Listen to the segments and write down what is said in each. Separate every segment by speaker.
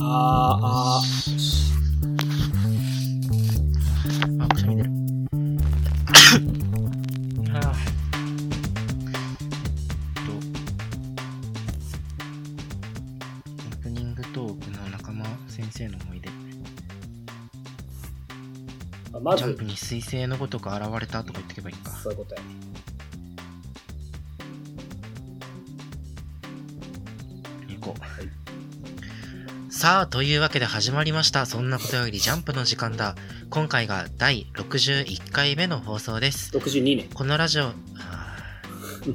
Speaker 1: あ
Speaker 2: あ、くしゃみ出る。はあと、オープニングトークの仲間先生の思い出。
Speaker 1: ーあ、ま
Speaker 2: ジャン
Speaker 1: ず
Speaker 2: プ、に彗星のごとく現れたとか言ってけばいいか。
Speaker 1: そういうことやね。
Speaker 2: 行こう。さあ、というわけで始まりました。そんなことよりジャンプの時間だ。今回が第61回目の放送です。
Speaker 1: 62年。
Speaker 2: このラジオ、あー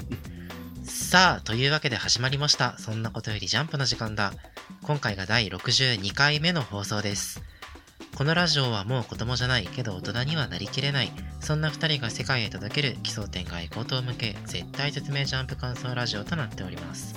Speaker 2: さあ、というわけで始まりました。そんなことよりジャンプの時間だ。今回が第62回目の放送です。このラジオはもう子供じゃないけど大人にはなりきれない。そんな2人が世界へ届ける奇想天外高等向け絶対説明ジャンプ感想ラジオとなっております。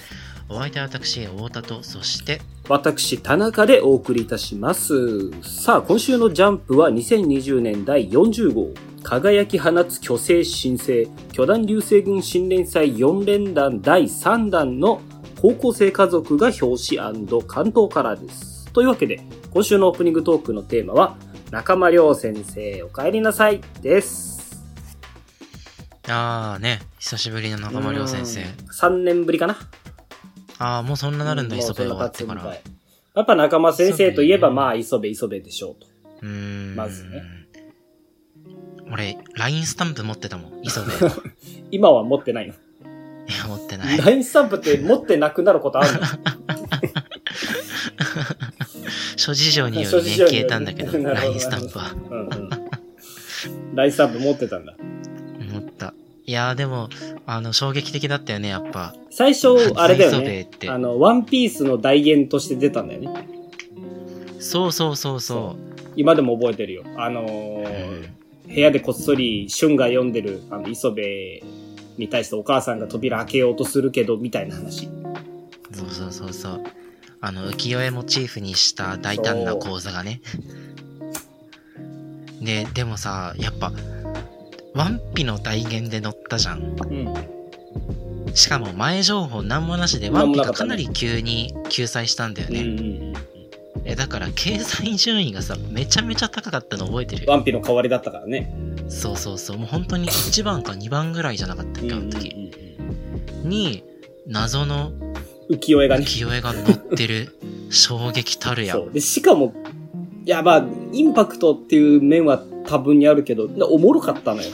Speaker 2: お相手は私、太田と、そして、
Speaker 1: 私、田中でお送りいたします。さあ、今週のジャンプは2020年第40号。輝き放つ巨星新星、巨大流星群新連載4連弾第3弾の高校生家族が表紙関東からです。というわけで、今週のオープニングトークのテーマは、中間亮先生、お帰りなさいです。
Speaker 2: あーね、久しぶりの中間亮先生
Speaker 1: う。ん。3年ぶりかな
Speaker 2: あー、もうそんななるんだ、
Speaker 1: う
Speaker 2: 磯部終
Speaker 1: もう
Speaker 2: わってから
Speaker 1: そんな。経つんいやっぱ仲間先生といえば、
Speaker 2: そうだよね
Speaker 1: まあ、磯部磯部でしょうと。
Speaker 2: うーん
Speaker 1: まずね。
Speaker 2: 俺、LINE スタンプ持ってたもん、磯部。 いや、
Speaker 1: 今は持ってないの。
Speaker 2: 持ってない。
Speaker 1: ラインスタンプって持ってなくなること ある
Speaker 2: 諸事情により
Speaker 1: 諸
Speaker 2: ね、
Speaker 1: 事情によ
Speaker 2: 消え
Speaker 1: り
Speaker 2: たんだけど、
Speaker 1: なるほど
Speaker 2: LINE スタンプは。
Speaker 1: のうんうん。ラインスタンプ持ってたんだ。
Speaker 2: 持った。いやーでも、あの、衝撃的だったよね、やっぱ。
Speaker 1: 最 初、あれだよ
Speaker 2: 初磯部
Speaker 1: ね
Speaker 2: っ。て
Speaker 1: あの、ワンピースの代言として出たんだよね。
Speaker 2: そうそうそうそ
Speaker 1: 今でも覚えてるよ。あの
Speaker 2: う。
Speaker 1: ー
Speaker 2: う
Speaker 1: 部屋でこっそり、春が読んでる、あの、磯部に対してお母さんが扉開けようとするけど、みたいな話。
Speaker 2: んそうそうそうそう。あの、浮世絵モチーフにした大胆な構図がね。で、でもさ、やっぱ、ワンピの代言で乗ったじゃん。
Speaker 1: うん。
Speaker 2: しかも前情報何もなしでワ
Speaker 1: 何
Speaker 2: ン
Speaker 1: も
Speaker 2: ピ
Speaker 1: なか
Speaker 2: が
Speaker 1: った
Speaker 2: か
Speaker 1: ね
Speaker 2: なり急に救済したんだよ
Speaker 1: うんう
Speaker 2: ね、
Speaker 1: ん
Speaker 2: えだから掲載順位がさめちゃめちゃ高かったの覚えて
Speaker 1: うん。
Speaker 2: る
Speaker 1: ワンピの代わりだったからね。
Speaker 2: そうそうそうもう本当に1番か2番ぐらいじゃなかったっ
Speaker 1: うんう
Speaker 2: けあ
Speaker 1: んう
Speaker 2: の
Speaker 1: ん
Speaker 2: 時に謎の
Speaker 1: 浮世絵がね。
Speaker 2: 浮世絵が載ってる衝撃たるや
Speaker 1: そう。で、しかも、いや、まあ、インパクトっていう面は多分にあるけど、おもろかったのよ。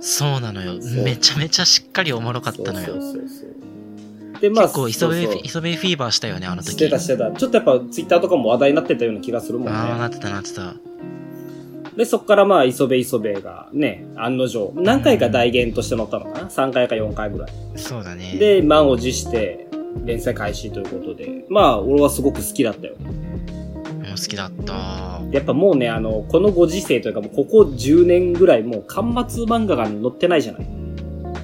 Speaker 2: そうなのよ
Speaker 1: そう
Speaker 2: めちゃめちゃしっかりおもろかったの
Speaker 1: そ
Speaker 2: よ
Speaker 1: うそうそうそう。で、まあ、
Speaker 2: 結構磯部
Speaker 1: そうそう
Speaker 2: 磯部フィーバーしたよねあの時
Speaker 1: してたしてた。ちょっとやっぱツイッターとかも話題になってたような気がするもん
Speaker 2: ああな
Speaker 1: ね。
Speaker 2: ってたなってた
Speaker 1: で、そっからまあ、磯部磯部がね、案の定、何回か代言として乗ったのかな ?3 回か4回ぐらい。
Speaker 2: そうだね
Speaker 1: で、満を持して、連載開始ということで。まあ、俺はすごく好きだったよ。
Speaker 2: もう好きだった
Speaker 1: やっぱもうね、あの、このご時世というか、もうここ10年ぐらい、もう、端末漫画が載ってないじゃない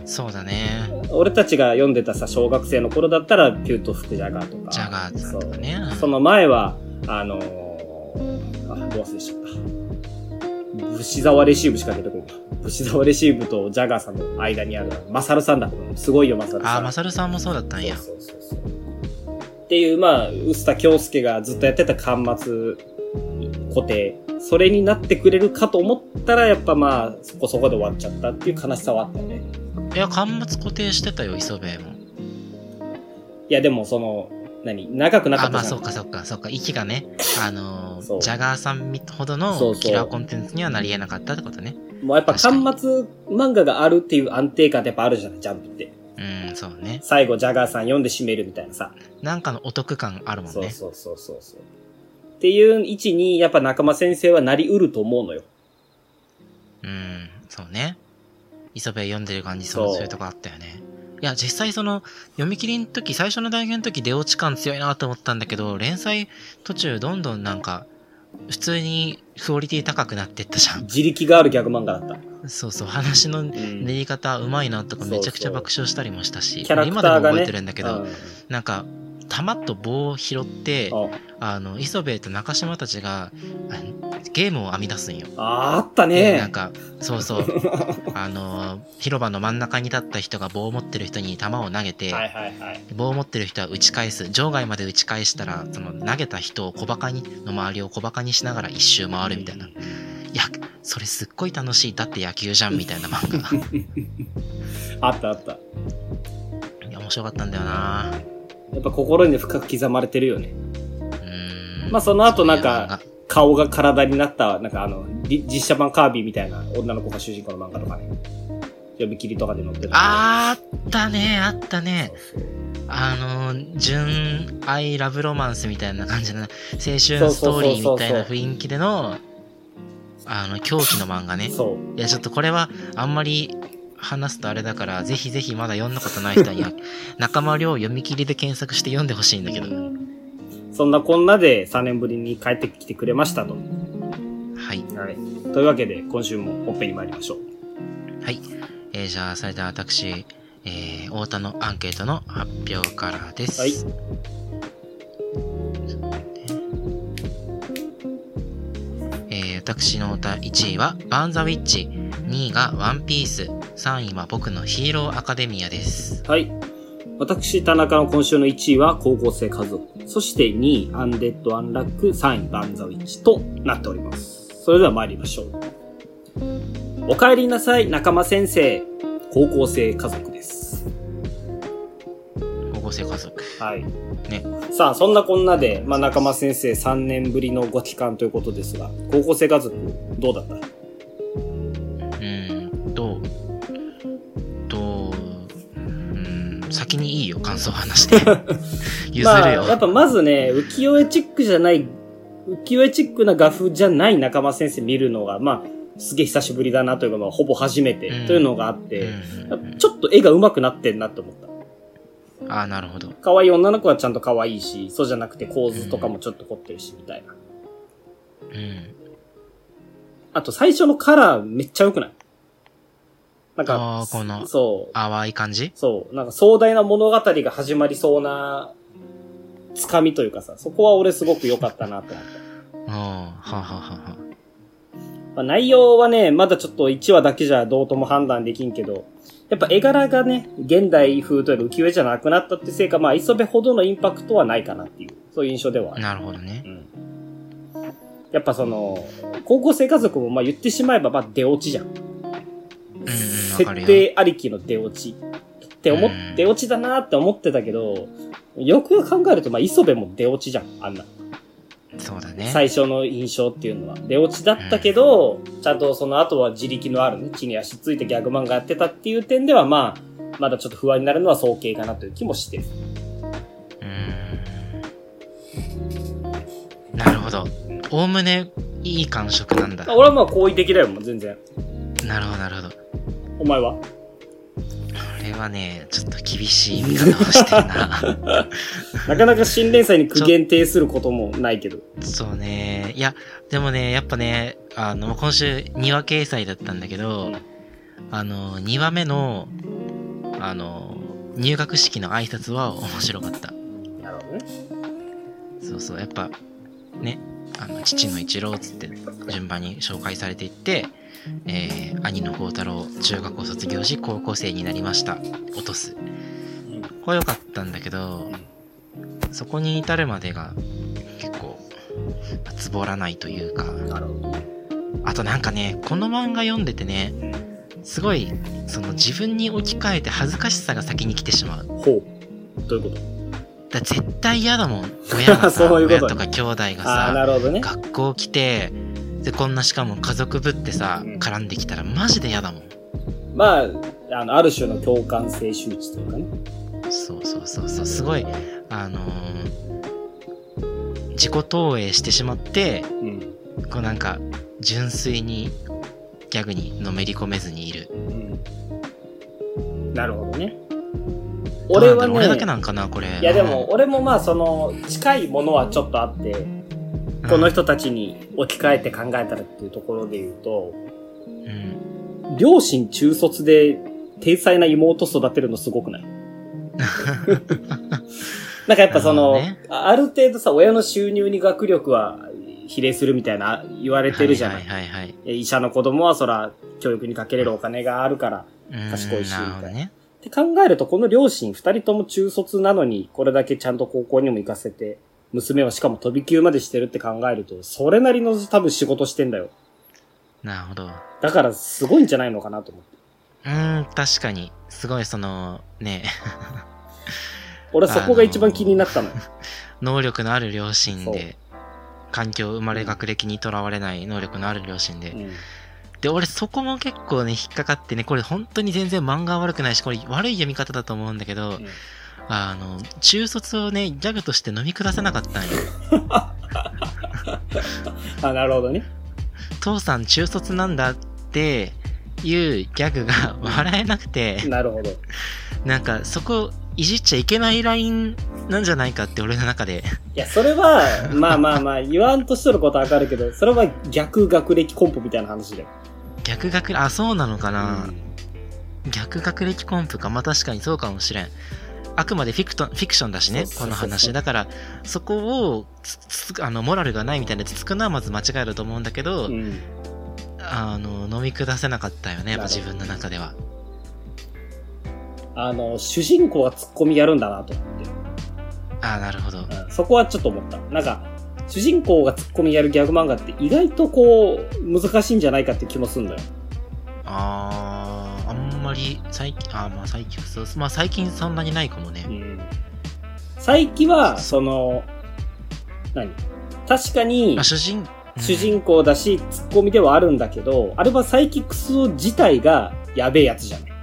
Speaker 2: そうだね
Speaker 1: 俺たちが読んでたさ小学生の頃だったら「ピュート福ジャガー」とか
Speaker 2: ジャガーさんとかね
Speaker 1: そうその前はあのー、あどう忘れしちゃった武士沢レシーブしか出てこない武士沢レシーブとジャガーさんの間にあるマサルさんだすごいよマサルさん
Speaker 2: あーマサルさんもそうだったんや
Speaker 1: そうそうそうそうっていうまあ臼田恭介がずっとやってた巻末固定それになってくれるかと思ったらやっぱまあそこそこで終わっちゃったっていう悲しさはあったよね
Speaker 2: いや、巻末固定してたよ、磯部も。
Speaker 1: いや、でも、その、何長くなか
Speaker 2: あ、
Speaker 1: った
Speaker 2: まあ、
Speaker 1: じゃ。
Speaker 2: そうんか、そうか、そうか、息がね、あの
Speaker 1: そ
Speaker 2: ー、
Speaker 1: う
Speaker 2: ジャガーさんほど
Speaker 1: そ
Speaker 2: の
Speaker 1: うそう
Speaker 2: キラーコンテンツにはなり得なかったってことね。
Speaker 1: もうやっぱ、
Speaker 2: 確か
Speaker 1: 端
Speaker 2: に
Speaker 1: 末漫画があるっていう安定感ってやっぱあるじゃない、ジャンプって。
Speaker 2: うん、そうね。
Speaker 1: 最後、ジャガーさん読んで締めるみたいなさ。
Speaker 2: なんかのお得感あるもん
Speaker 1: そう
Speaker 2: ね。
Speaker 1: そうそうそうそう。っていう位置に、やっぱ仲間先生はなりうると思うのよ。
Speaker 2: うん、そうね。磯部読んでる感じ、そう
Speaker 1: そう
Speaker 2: そういうとこあったよね。いや、実際その、読み切りの時、最初の代言の時、出落ち感強いなと思ったんだけど、連載途中、どんどんなんか、普通にクオリティ高くなってったじゃん。
Speaker 1: 自力があるギャグ漫画だった。
Speaker 2: そうそう、話の
Speaker 1: うん
Speaker 2: 練り方うまいなとか
Speaker 1: そう
Speaker 2: めちゃくちゃ爆笑したりもしたし、
Speaker 1: キャラクタ
Speaker 2: 今
Speaker 1: ー
Speaker 2: でも
Speaker 1: がね。
Speaker 2: 覚えてるんだけど、
Speaker 1: うん
Speaker 2: なんか玉と棒を拾って
Speaker 1: あ
Speaker 2: あの磯部と中島たちがあゲームを編み出すんよ。
Speaker 1: ああった
Speaker 2: でな
Speaker 1: ね
Speaker 2: ん。かそ うそうあの広場の真ん中に立った人が棒を持ってる人に玉を投げて、
Speaker 1: はいはいはい。
Speaker 2: 棒を持ってる人は打ち返す場外まで打ち返したらその投げた人を小バカにの周りを小バカにしながら一周回るみたいな、いやそれすっごい楽しいだって野球じゃんみたいな 漫画
Speaker 1: あったあった。
Speaker 2: いや面白かったんだよな
Speaker 1: やっぱ心に深く刻まれてるよね。
Speaker 2: うーん
Speaker 1: まあその後なんか
Speaker 2: そういう
Speaker 1: 顔が体になった、なんかあの、り実写版カービィみたいな女の子が主人公の漫画とかね。読み切りとかで載ってたんで。
Speaker 2: 漫画あーあったねあったね
Speaker 1: そうそう
Speaker 2: あの純愛ラブロマンスみたいな感じの青
Speaker 1: そ
Speaker 2: 春
Speaker 1: う
Speaker 2: ス
Speaker 1: そ
Speaker 2: ト
Speaker 1: うそうそう
Speaker 2: ーリーみたいな雰囲気でのあの狂気の漫画ね
Speaker 1: そう。
Speaker 2: いやちょっとこれはあんまり話すとあれだからぜひぜひまだ読んだことない人 には仲間寮読み切りで検索して読んでほしいんだけど
Speaker 1: そんなこんなで3年ぶりに帰ってきてくれましたと。
Speaker 2: はい
Speaker 1: はい。というわけで、今週も本編に参りましょう。
Speaker 2: はい、えーじゃあそれでは私、えー、太田のアンケートの発表からです、
Speaker 1: はい
Speaker 2: えー私の歌1位は「バーン・ザ・ウィッチ」2位が「ワンピース」3位は「僕のヒーローアカデミア」です
Speaker 1: はい。私、田中の今週の1位は高校生家族。そして2位、アンデッド・アンラック。3位、バンザウィッチとなっております。それでは参りましょう。お帰りなさい、仲間先生。高校生家族です。
Speaker 2: 高校生家族
Speaker 1: はい。
Speaker 2: ね
Speaker 1: さあ、そんなこんなで、まあ、仲間先生3年ぶりのご帰還ということですが、高校生家族、どうだった
Speaker 2: うーんととうーん先にいいよ感想を話して 譲るよ、
Speaker 1: まあ、やっぱまずね、浮世絵チックじゃない、浮世絵チックな画風じゃない仲間先生見るのが、まあ、すげえ久しぶりだなというか、まあ、ほぼ初めて
Speaker 2: うん
Speaker 1: というのがあっ
Speaker 2: う
Speaker 1: て、
Speaker 2: んうんうん
Speaker 1: ちょっと絵が上手くなってんなって思った。
Speaker 2: ああなるほど
Speaker 1: 可愛い女の子はちゃんと可愛いし、そうじゃなくて構図とかもちょっと凝ってるし、みたいな。
Speaker 2: うん
Speaker 1: あと、最初のカラーめっちゃ良くないなん
Speaker 2: あ
Speaker 1: か
Speaker 2: ーこ、の
Speaker 1: そう、
Speaker 2: 淡い感じ
Speaker 1: そう、なんか壮大な物語が始まりそうな、つかみというかさ、そこは俺すごく良かったなって思った。
Speaker 2: ああはあはあはあは
Speaker 1: まあ、内容はね、まだちょっと1話だけじゃどうとも判断できんけど、やっぱ絵柄がね、現代風というか浮世絵じゃなくなったってせいか、まあ、磯部ほどのインパクトはないかなっていう、そういう印象ではあ
Speaker 2: あ
Speaker 1: る。
Speaker 2: なるほどね
Speaker 1: うん。やっぱその、高校生家族もまあ言ってしまえばまあ出落ちじゃん。
Speaker 2: うんうんわか
Speaker 1: 設
Speaker 2: るよ
Speaker 1: 定ありきの出落ち。って思っ
Speaker 2: うん
Speaker 1: 出落ちだなって思ってたけど、よくよく考えるとまあ磯部も出落ちじゃん、あんな。
Speaker 2: そうだね
Speaker 1: 最初の印象っていうのは出落ちだったけど、ちゃんとその後は自力のあるね地に足ついてギャグ漫画やってたっていう点ではまあまだちょっと不安になるのは早計かなという気もしてる
Speaker 2: うーんなるほどおおむねいい感触なんだ
Speaker 1: 俺はまあ好意的だよもう全然
Speaker 2: なるほどなるほどこ
Speaker 1: お前は
Speaker 2: れはねちょっと厳しい見方をしてるな
Speaker 1: なかなか新連載に苦言呈することもないけど
Speaker 2: そうねいやでもねやっぱねあの今週2話掲載だったんだけどあの2話目のあの入学式の挨拶は面白かった
Speaker 1: なるほどね
Speaker 2: そうそうやっぱねあの父の一郎っつって順番に紹介されていって、えー兄の孝太郎中学を卒業し高校生になりました落とすこれ良かったんだけどそこに至るまでが結構まあつぼらないというか
Speaker 1: なるほどね
Speaker 2: あとなんかねこの漫画読んでてねすごいその自分に置き換えて恥ずかしさが先に来てしまう
Speaker 1: ほうどういうこと
Speaker 2: だから絶対嫌だもん親 がさ
Speaker 1: そういうことね
Speaker 2: 親とか兄弟が
Speaker 1: ああ
Speaker 2: さ
Speaker 1: ーなるほどね
Speaker 2: 学校来てでこんなしかも家族ぶってさ
Speaker 1: うん
Speaker 2: 絡んできたらマジで嫌だもん
Speaker 1: まああのある種の共感性周知というかね
Speaker 2: そうそうそうそうすごいあのー自己投影してしまって
Speaker 1: うん、
Speaker 2: こうなんか純粋にギャグにのめり込めずにいる
Speaker 1: うん、なるほどね
Speaker 2: どうなんだろう俺だけなんかなこれ
Speaker 1: いやでも、俺もまあその近いものはちょっとあって、
Speaker 2: うん
Speaker 1: この、人たちに置き換えて考えたらっていうところで言うと、
Speaker 2: うん、
Speaker 1: 両親中卒 で天才な妹育てるのすごくないなんかやっぱその、
Speaker 2: なるほど
Speaker 1: あある程度さ、親の収入に学力は比例するみたいな言われてるじゃない。
Speaker 2: はいはいはい、はい
Speaker 1: 医者の子供はそら、教育にかけれるお金があるから。
Speaker 2: うーん
Speaker 1: 賢いし
Speaker 2: なるほどね。
Speaker 1: って考えると、この両親二人とも中卒なのに、これだけちゃんと高校にも行かせて、娘はしかも飛び級までしてるって考えると、それなりの多分仕事してんだよ。
Speaker 2: なるほど。う
Speaker 1: だからすごいんじゃないのかなと思って。
Speaker 2: ーん、確かに、すごいその、ね、
Speaker 1: 俺はそこが一番気になったのよ。
Speaker 2: 能力のある両親
Speaker 1: そう
Speaker 2: で、環境、生まれ、学歴にとらわれない能力のある両親で。
Speaker 1: うん
Speaker 2: で、俺そこも結構ね、引っかかってね、これ本当に全然漫画は悪くないし、これ悪い読み方だと思うんだけど、
Speaker 1: ん
Speaker 2: あの、中卒をね、ギャグとして飲み下せなかったんよ。
Speaker 1: あ、なるほどね。
Speaker 2: 父さん中卒なんだっていうギャグが笑えなくて、
Speaker 1: なるほど。い
Speaker 2: なんかそこいじっちゃいけないラインなんじゃないかって俺の中で。
Speaker 1: や、それ は、まあまあまあ、言わんとしとることはわかるけど、それは逆学歴コンプみたいな話だよ。
Speaker 2: 逆学、あ、そうなのかな、
Speaker 1: うん
Speaker 2: 逆学歴コンプか。まあ確かにそうかもしれん。あくまでフィクトフィクションだしね、
Speaker 1: そうそうそう
Speaker 2: この話。だから、そこをつつつあの、モラルがないみたいなつつくのはまず間違えると思うんだけど、
Speaker 1: うん。
Speaker 2: あの、飲み下せなかったよね、やっぱ自分の中では。
Speaker 1: あの、主人公がツッコミやるんだなと思って。
Speaker 2: ああ、なるほど。
Speaker 1: うんそこはちょっと思った。なんか、主人公がツッコミやるギャグ漫画って意外とこう、難しいんじゃないかって気もすんだよ。
Speaker 2: あーあんまり最近あーまあ最近そうまあ最近そんなにないかもね、
Speaker 1: うん。最近は、その、何確かに
Speaker 2: まあ、、主人
Speaker 1: 主人公だし、ツッコミではあるんだけど、あれはサイキックス自体がやべえやつじゃない。
Speaker 2: うん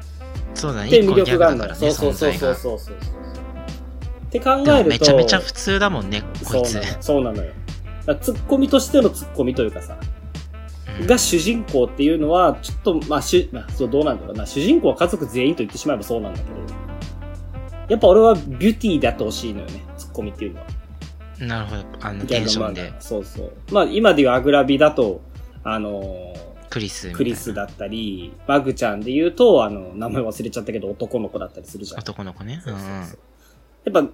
Speaker 2: そうだね
Speaker 1: って
Speaker 2: 一個
Speaker 1: 魅
Speaker 2: ギャ
Speaker 1: 力
Speaker 2: グ
Speaker 1: がある
Speaker 2: だ
Speaker 1: ん
Speaker 2: か
Speaker 1: だよ。
Speaker 2: ら
Speaker 1: そう
Speaker 2: ね
Speaker 1: そう
Speaker 2: 存
Speaker 1: そう
Speaker 2: 在
Speaker 1: そう
Speaker 2: が
Speaker 1: そうそうって考
Speaker 2: で
Speaker 1: え
Speaker 2: も
Speaker 1: ると、
Speaker 2: めちゃめちゃ普通だもんねこ
Speaker 1: そ
Speaker 2: いうつ
Speaker 1: なのそうなのよ。だからツッコミとしてのツッコミというかさ、
Speaker 2: うん
Speaker 1: が主人公っていうのは、ちょっと、まあ、しまあ、そう、どうなんだろうな。主人公は家族全員と言ってしまえばそうなんだけど、やっぱ俺はビューティーだってほしいのよね。ツッコミっていうのは。
Speaker 2: なるほどあの
Speaker 1: ギ
Speaker 2: テ
Speaker 1: ャグ
Speaker 2: ンション
Speaker 1: 漫
Speaker 2: で
Speaker 1: 画。そうそう。まあ、今でいうアグラビだと、あの
Speaker 2: クリスみ
Speaker 1: ー
Speaker 2: たいな
Speaker 1: クリスだったり、バグちゃんで言うと、あの、名前忘れちゃったけど男の子だったりするじゃん。
Speaker 2: 男の子ね
Speaker 1: そう
Speaker 2: う
Speaker 1: そうん
Speaker 2: うん
Speaker 1: そうやっぱ、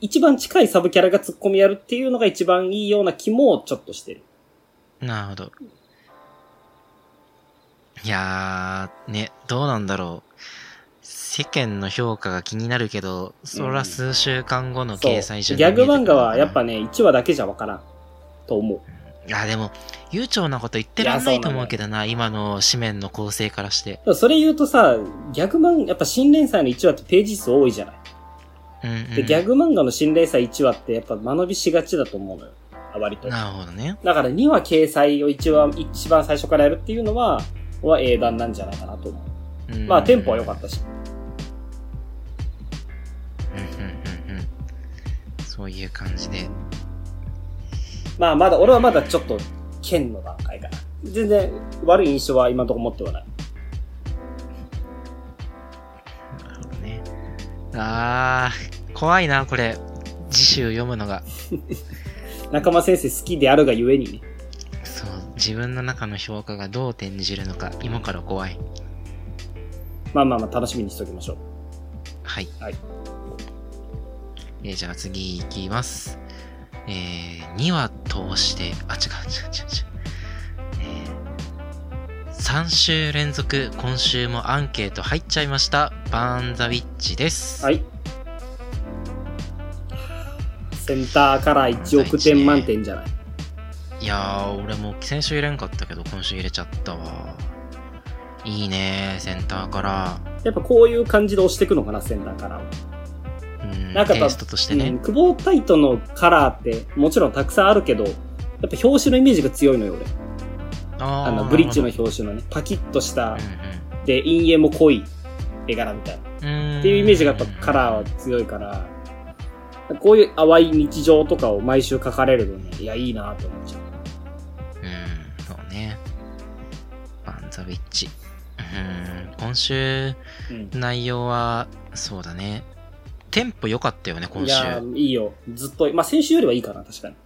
Speaker 1: 一番近いサブキャラがツッコミやるっていうのが一番いいような気もちょっとしてる。
Speaker 2: なるほど。いやー、ね、どうなんだろう。世間の評価が気になるけど、それは数週間後の
Speaker 1: そう。ギ
Speaker 2: 掲載順で
Speaker 1: ャグ
Speaker 2: 見えてくる
Speaker 1: 漫
Speaker 2: のか
Speaker 1: 画
Speaker 2: な
Speaker 1: はやっぱね、1話だけじゃわからん。と思う。
Speaker 2: いや、でも、悠長なこと言ってらんないと思うけどな、今の紙面の構成からして。
Speaker 1: でもそれ言うとさ、ギャグ漫画、やっぱ新連載の1話ってページ数多いじゃない。
Speaker 2: うん、うん。
Speaker 1: で、ギャグ漫画の新連載1話ってやっぱ間延びしがちだと思うのよ。あ割と。
Speaker 2: なるほどね。
Speaker 1: だから2話掲載を1話、一番最初からやるっていうのは、は英断なんじゃないかなと思う。
Speaker 2: うん
Speaker 1: まあ、テンポは良かったし。
Speaker 2: うんうんうんうん。そういう感じで。
Speaker 1: まあ、まだ、俺はまだちょっと、剣の段階かな。全然、悪い印象は今のところ持ってはない。
Speaker 2: なるほどね。あー、怖いな、これ。次週読むのが。
Speaker 1: 仲間先生好きであるがゆえにね。
Speaker 2: そう、自分の中の評価がどう転じるのか、今から怖い。
Speaker 1: まあまあまあ、楽しみにしておきましょう。
Speaker 2: はい。
Speaker 1: はい
Speaker 2: えーじゃあ次いきます。えー、2話通して、あ、違う違う違う違う。えー、3週連続、今週もアンケート入っちゃいました。バーンザウィッチです。。
Speaker 1: はいい。センターから1億点満点じゃない。
Speaker 2: いやー、俺も先週入れんかったけど、今週入れちゃったわ。いいねー、センターから。
Speaker 1: やっぱこういう感じで押していくのかな、センターカラーを。
Speaker 2: うん、
Speaker 1: なんかやっぱ
Speaker 2: テイストとしてね。
Speaker 1: うん、久保タイトのカラーって、もちろんたくさんあるけど、やっぱ表紙のイメージが強いのよ、俺。
Speaker 2: あー
Speaker 1: あの、ブリッジの
Speaker 2: なる
Speaker 1: 表紙のね、パキッとした
Speaker 2: ほ、
Speaker 1: で、陰影も濃い絵柄みたいな。
Speaker 2: どうんうん、
Speaker 1: っていうイメージがやっぱカラーは強いから、こういう淡い日常とかを毎週描かれるのに、いや、いいなと思っちゃう。
Speaker 2: うん、そうね。バンザビッチ。うん、今週、
Speaker 1: うん。
Speaker 2: 内容は、そうだね。テンポ良かったよね、今
Speaker 1: い
Speaker 2: 週。
Speaker 1: や、いいよ。ずっと、まあ、先週よりはいいかな、確かに。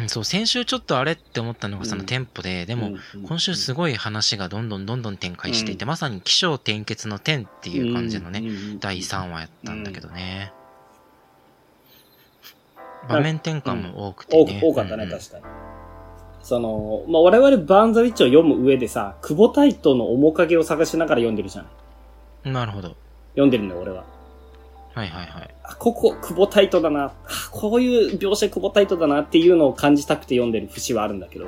Speaker 2: うん、そう、先週ちょっとあれって思ったのがそのテンポで、で
Speaker 1: で
Speaker 2: も、今週すごい話がどんどんどんどん展開していて、まさに起承転結の点っていう感じのね、
Speaker 1: ね
Speaker 2: 第3話やったんだけどね。場面転換も多くて
Speaker 1: 多
Speaker 2: ね。
Speaker 1: 多かったね、
Speaker 2: うん
Speaker 1: 確かに。その、まあ、我々バーンザウィッチを読む上でさ、久保タイトの面影を探しながら読んでるじゃない
Speaker 2: なるほど。
Speaker 1: 読んでるんだよ、俺は。
Speaker 2: はいはいはい。
Speaker 1: あ、ここ、久保タイトだな。あこういう描写久保タイトだなっていうのを感じたくて読んでる節はあるんだけど、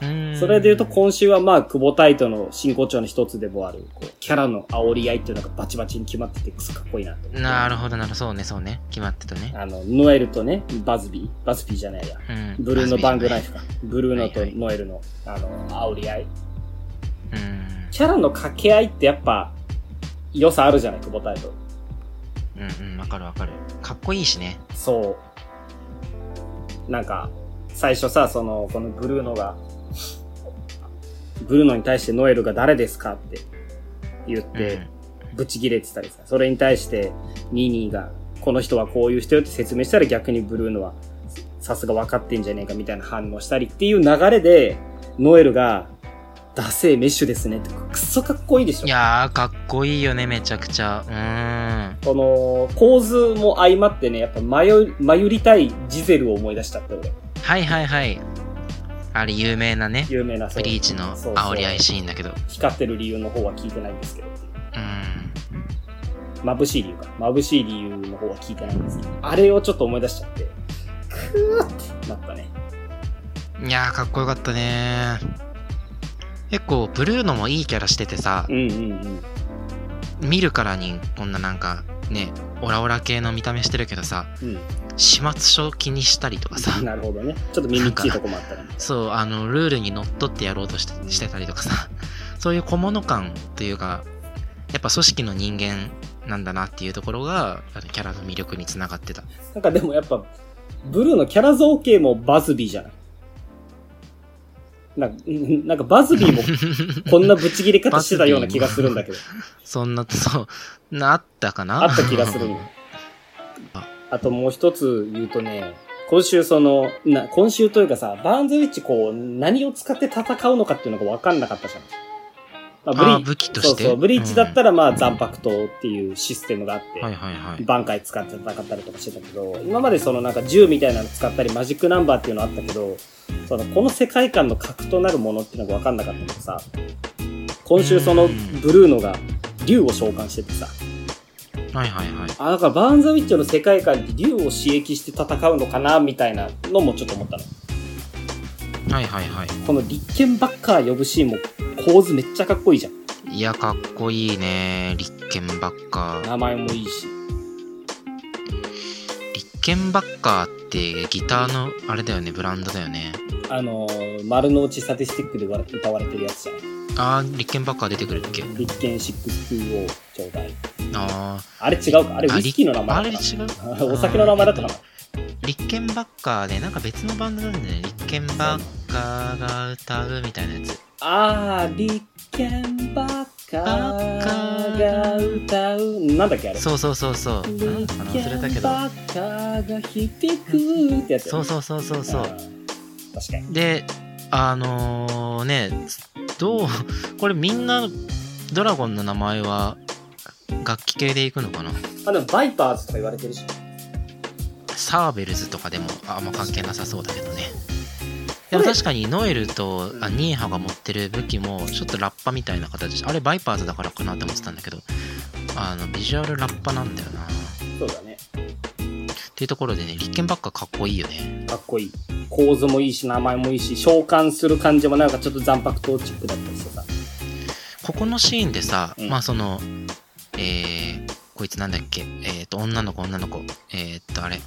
Speaker 2: うーん
Speaker 1: それで言うと今週はまあ、久保タイトの真骨頂の一つでもある、こうキャラの煽り合いっていうのがバチバチに決まってて、くそかっこいいなと思って。
Speaker 2: なるほどなるほど。そうね、そうね。決まってたね。
Speaker 1: あの、ノエルとね、バズビー、バズビーじゃないや。
Speaker 2: うん。
Speaker 1: ブルーノ・バングナ
Speaker 2: ラ
Speaker 1: イフか。ブルーノと
Speaker 2: はいはい
Speaker 1: ノエルの、あの、煽り合い。
Speaker 2: うん。
Speaker 1: キャラの掛け合いってやっぱ、良さあるじゃない、久保タイト。
Speaker 2: うんうん、わかるわかる。かっこいいしね。
Speaker 1: そう。なんか、最初さ、その、このブルーノが、ブルーノに対してノエルが誰ですかって言って、ブチギレてたりさ、それに対してニーニーが、この人はこういう人よって説明したら逆にブルーノは、さすが分かってんじゃねえかみたいな反応したりっていう流れで、ノエルが、ダセーメッシュですねって、くっそかっこいいでし
Speaker 2: うん、
Speaker 1: ょ
Speaker 2: い。やー、かっこいいよね、めちゃくちゃ。うーん。
Speaker 1: この構図も相まってね、やっぱ迷い、迷りたいジゼルを思い出したって俺、
Speaker 2: はいはいはい。あれ、有名なね。
Speaker 1: 有名なそ
Speaker 2: ブ
Speaker 1: う
Speaker 2: リーチの
Speaker 1: そうそう
Speaker 2: 煽り合いシーンだけど。う
Speaker 1: 光ってる理由の方は聞いてないんですけど、
Speaker 2: ん。
Speaker 1: 眩しい理由か。眩しい理由の方は聞いてないんですけど、あれをちょっと思い出しちゃって、くーってなったね。
Speaker 2: いやーかっこよかったね結構ブルーノもいいキャラしててさ
Speaker 1: う、んうんうん。
Speaker 2: 見るからにこんななんかねオラオラ系の見た目してるけどさ
Speaker 1: うん。
Speaker 2: 始末書気にしたりとかさ
Speaker 1: なるほどね。ちょっと耳っちいとこもあったね。
Speaker 2: そうあのルールにのっとってやろうとしてしてたりとかさ そういう小物感というかやっぱ組織の人間なんだなっていうところがあのキャラの魅力につながってた
Speaker 1: なんかでもやっぱ、ブルーのキャラ造形もバズビーじゃないなんか、うんなんかバズビーもこんなぶち切り方してたような気がするんだ けど。
Speaker 2: そんなそうなあったかな
Speaker 1: あった気がする
Speaker 2: あ
Speaker 1: あともう一つ言うとね、今週その、な、今週というかさ、バーンズウィッチこう、何を使って戦うのかっていうのが分かんなかったじゃん。ま
Speaker 2: あ
Speaker 1: ブリ
Speaker 2: 武器と
Speaker 1: そ
Speaker 2: し
Speaker 1: う
Speaker 2: て
Speaker 1: そう、ブリーチだった
Speaker 2: ら、
Speaker 1: らまあ、残白刀っていうシステムがあって、
Speaker 2: うんはいはいはい
Speaker 1: 挽回使って戦ったりとかしてたけど、今までそのなんか銃みたいなの使ったり、マジックナンバーっていうのあったけど、そのこの世界観の核となるものっていうのが分かんなかったけどさ、今週そのブルーノが竜を召喚しててさ、
Speaker 2: はいはいはい
Speaker 1: あ、だからバーンザウィッチの世界観で竜を刺激して戦うのかな、みたいなのもちょっと思ったの。
Speaker 2: はいはいはい
Speaker 1: この立憲バッカー呼ぶシーンも構図めっちゃかっこいいじゃん。
Speaker 2: いやかっこいいね立憲ばっか
Speaker 1: 名前もいいし。
Speaker 2: 立憲ばっかってギターのあれだよねブランドだよね
Speaker 1: あのー丸の内サティスティックで歌われ歌われてるやつじゃない。
Speaker 2: あー立憲ばっか出てくるっけ
Speaker 1: 立憲620をちょうだい。
Speaker 2: あ
Speaker 1: あれ違うか。あれウ
Speaker 2: あ
Speaker 1: イスキーの名
Speaker 2: ーあ
Speaker 1: 前
Speaker 2: れ違
Speaker 1: だっ
Speaker 2: う
Speaker 1: た な。お酒の名前だったかな。
Speaker 2: 立憲ばっかでなんか別のバンドなんだよね立憲ばっかが歌うみたいなやつ
Speaker 1: あー、立憲バッカーが歌う。なんだっけあれ。
Speaker 2: そうそうそうそうなんだかな
Speaker 1: 立
Speaker 2: 忘れたけ
Speaker 1: 憲
Speaker 2: ど
Speaker 1: バッカーが響くってやつだよね
Speaker 2: そうそうそうそうそ
Speaker 1: あ
Speaker 2: う
Speaker 1: ー確かに。
Speaker 2: であのー、ねどうこれみんなドラゴンの名前は楽器系でいくのかな
Speaker 1: あ、でもバイパーズとか言われてるし。
Speaker 2: サーベルズとかでもあんま関係なさそうだけどねでも確かにノエルとあニーハが持ってる武器もちょっとラッパみたいな形あれバイパーズだからかなって思ってたんだけどあのビジュアルラッパなんだよなっ
Speaker 1: そうだね。
Speaker 2: ていうところでね立憲ばっかかっこいいよね
Speaker 1: かっこいい。構図もいいし、名前もいいし、召喚する感じもなんかちょっと残白刀チックだったりしてさ。
Speaker 2: ここのシーンでさ、
Speaker 1: うん
Speaker 2: まあそのえー、こいつなんだっけえっ、と女の子女の子えー、っと あれ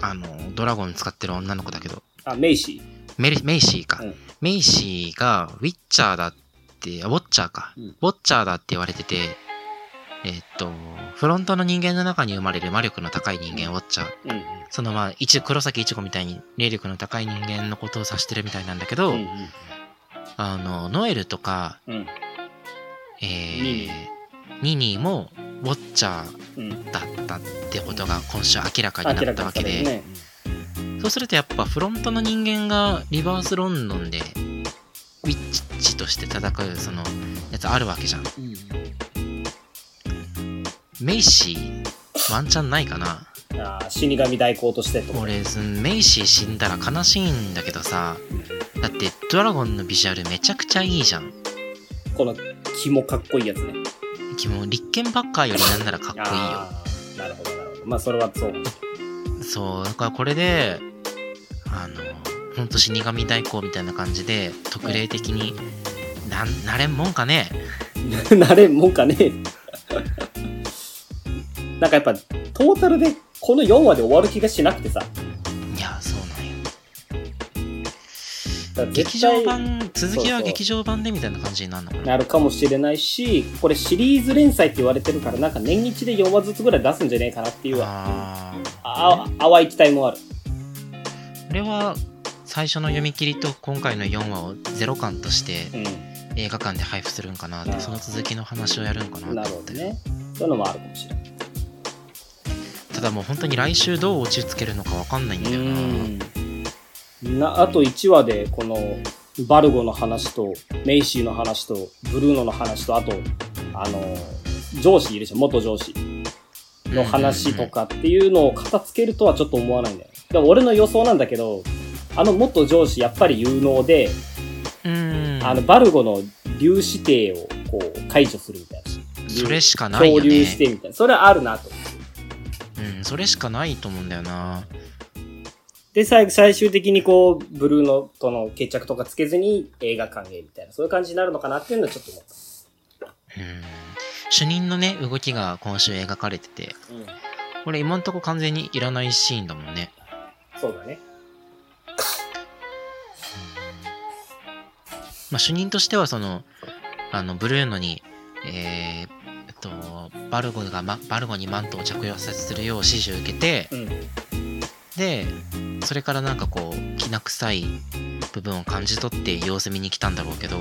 Speaker 2: あのドラゴン使ってる女の子だけど
Speaker 1: あ、メイシ
Speaker 2: メリメイシーか、
Speaker 1: うん
Speaker 2: メイシーがウィッチャーだってあウォッチャーか、
Speaker 1: うん
Speaker 2: ウォッチャーだって言われててえっとフロントの人間の中に生まれる魔力の高い人間ウォッチャー
Speaker 1: ー。
Speaker 2: そのまあ一黒崎一子みたいに霊力の高い人間のことを指してるみたいなんだけ
Speaker 1: う
Speaker 2: ど、
Speaker 1: ん。うん。
Speaker 2: あのノエルとか、
Speaker 1: うん。
Speaker 2: えー
Speaker 1: ニ
Speaker 2: ニニーもウォッチャー
Speaker 1: うん。
Speaker 2: だったってことが今週明らかに
Speaker 1: 明
Speaker 2: な
Speaker 1: ら
Speaker 2: った
Speaker 1: かに
Speaker 2: わけ
Speaker 1: さ
Speaker 2: で
Speaker 1: れるね。
Speaker 2: そうするとやっぱフロントの人間がリバースロンドンでウィッチとして戦うそのやつあるわけじゃん。
Speaker 1: うん。
Speaker 2: メイシーワンチャンないかな
Speaker 1: あー死神代行としてとか。
Speaker 2: 俺そのメイシー死んだら悲しいんだけどさだってドラゴンのビジュアルめちゃくちゃいいじゃん
Speaker 1: この、肝かっこいいやつね。
Speaker 2: キモ立憲バッカーよりなんならかっこいいよ
Speaker 1: あーなるほど、なるほど。まあ、それはそう。
Speaker 2: そうだからこれであのほんと死神代行みたいな感じで特例的にななれんもんかね
Speaker 1: なれんもんかね。 なんかやっぱ、トータルでこの4話で終わる気がしなくてさ。
Speaker 2: いやそうなんよ
Speaker 1: だから
Speaker 2: 劇
Speaker 1: 絶対
Speaker 2: 場版続き
Speaker 1: そ
Speaker 2: は
Speaker 1: うそう
Speaker 2: 劇場版でみたいな感じになるのかな
Speaker 1: なるかもしれないし、これシリーズ連載って言われてるから、なんか年一で4話ずつぐらい出すんじゃねえかなっていうわ。
Speaker 2: あ
Speaker 1: ああ淡い期待もある。
Speaker 2: ーこれは最初の読み切りと今回の4話をゼロ感として
Speaker 1: う
Speaker 2: 映画館で配布するんかなっ
Speaker 1: あ
Speaker 2: て
Speaker 1: ー
Speaker 2: その続きの話をやるんか
Speaker 1: ん。
Speaker 2: な
Speaker 1: な
Speaker 2: と
Speaker 1: るほ
Speaker 2: 思っ
Speaker 1: ど
Speaker 2: て、
Speaker 1: ね。そういうのもあるかもしれない。
Speaker 2: ただもう本当に来週どう落ち着けるのか分かんないんだよな
Speaker 1: うん。な、あと1話で、この、バルゴの話と、メイシーの話と、ブルーノの話と、あと、あの、上司いるじゃん、元上司の話とかっていうのを片付けるとはちょっと思わないんだよ。でも俺の予想なんだけど、あの元上司やっぱり有能で、
Speaker 2: うんうんうん
Speaker 1: あの、バルゴの粒子定をこう解除するみたいな。
Speaker 2: それしかないよ
Speaker 1: 漂流
Speaker 2: ね
Speaker 1: してみたいな。それはあるなと。
Speaker 2: うんそれしかないと思うんだよな
Speaker 1: で、最後、最終的にこう、ブルーノとの決着とかつけずに映画館へみたいな、そういう感じになるのかなっていうのはちょっと思っ
Speaker 2: うん主任のね動きが今週描かれてて
Speaker 1: た。うん。
Speaker 2: これ今んとこ完全にいらないシーンだもんね
Speaker 1: そうだね。
Speaker 2: まあ、主任としてはそのあのブルーノに、えーえっと、バルゴが、ま、バルゴにマントを着用させるよう指示を受けて
Speaker 1: うん。
Speaker 2: でそれからなんかこうきな臭い部分を感じ取って様子見に来たんだろうけど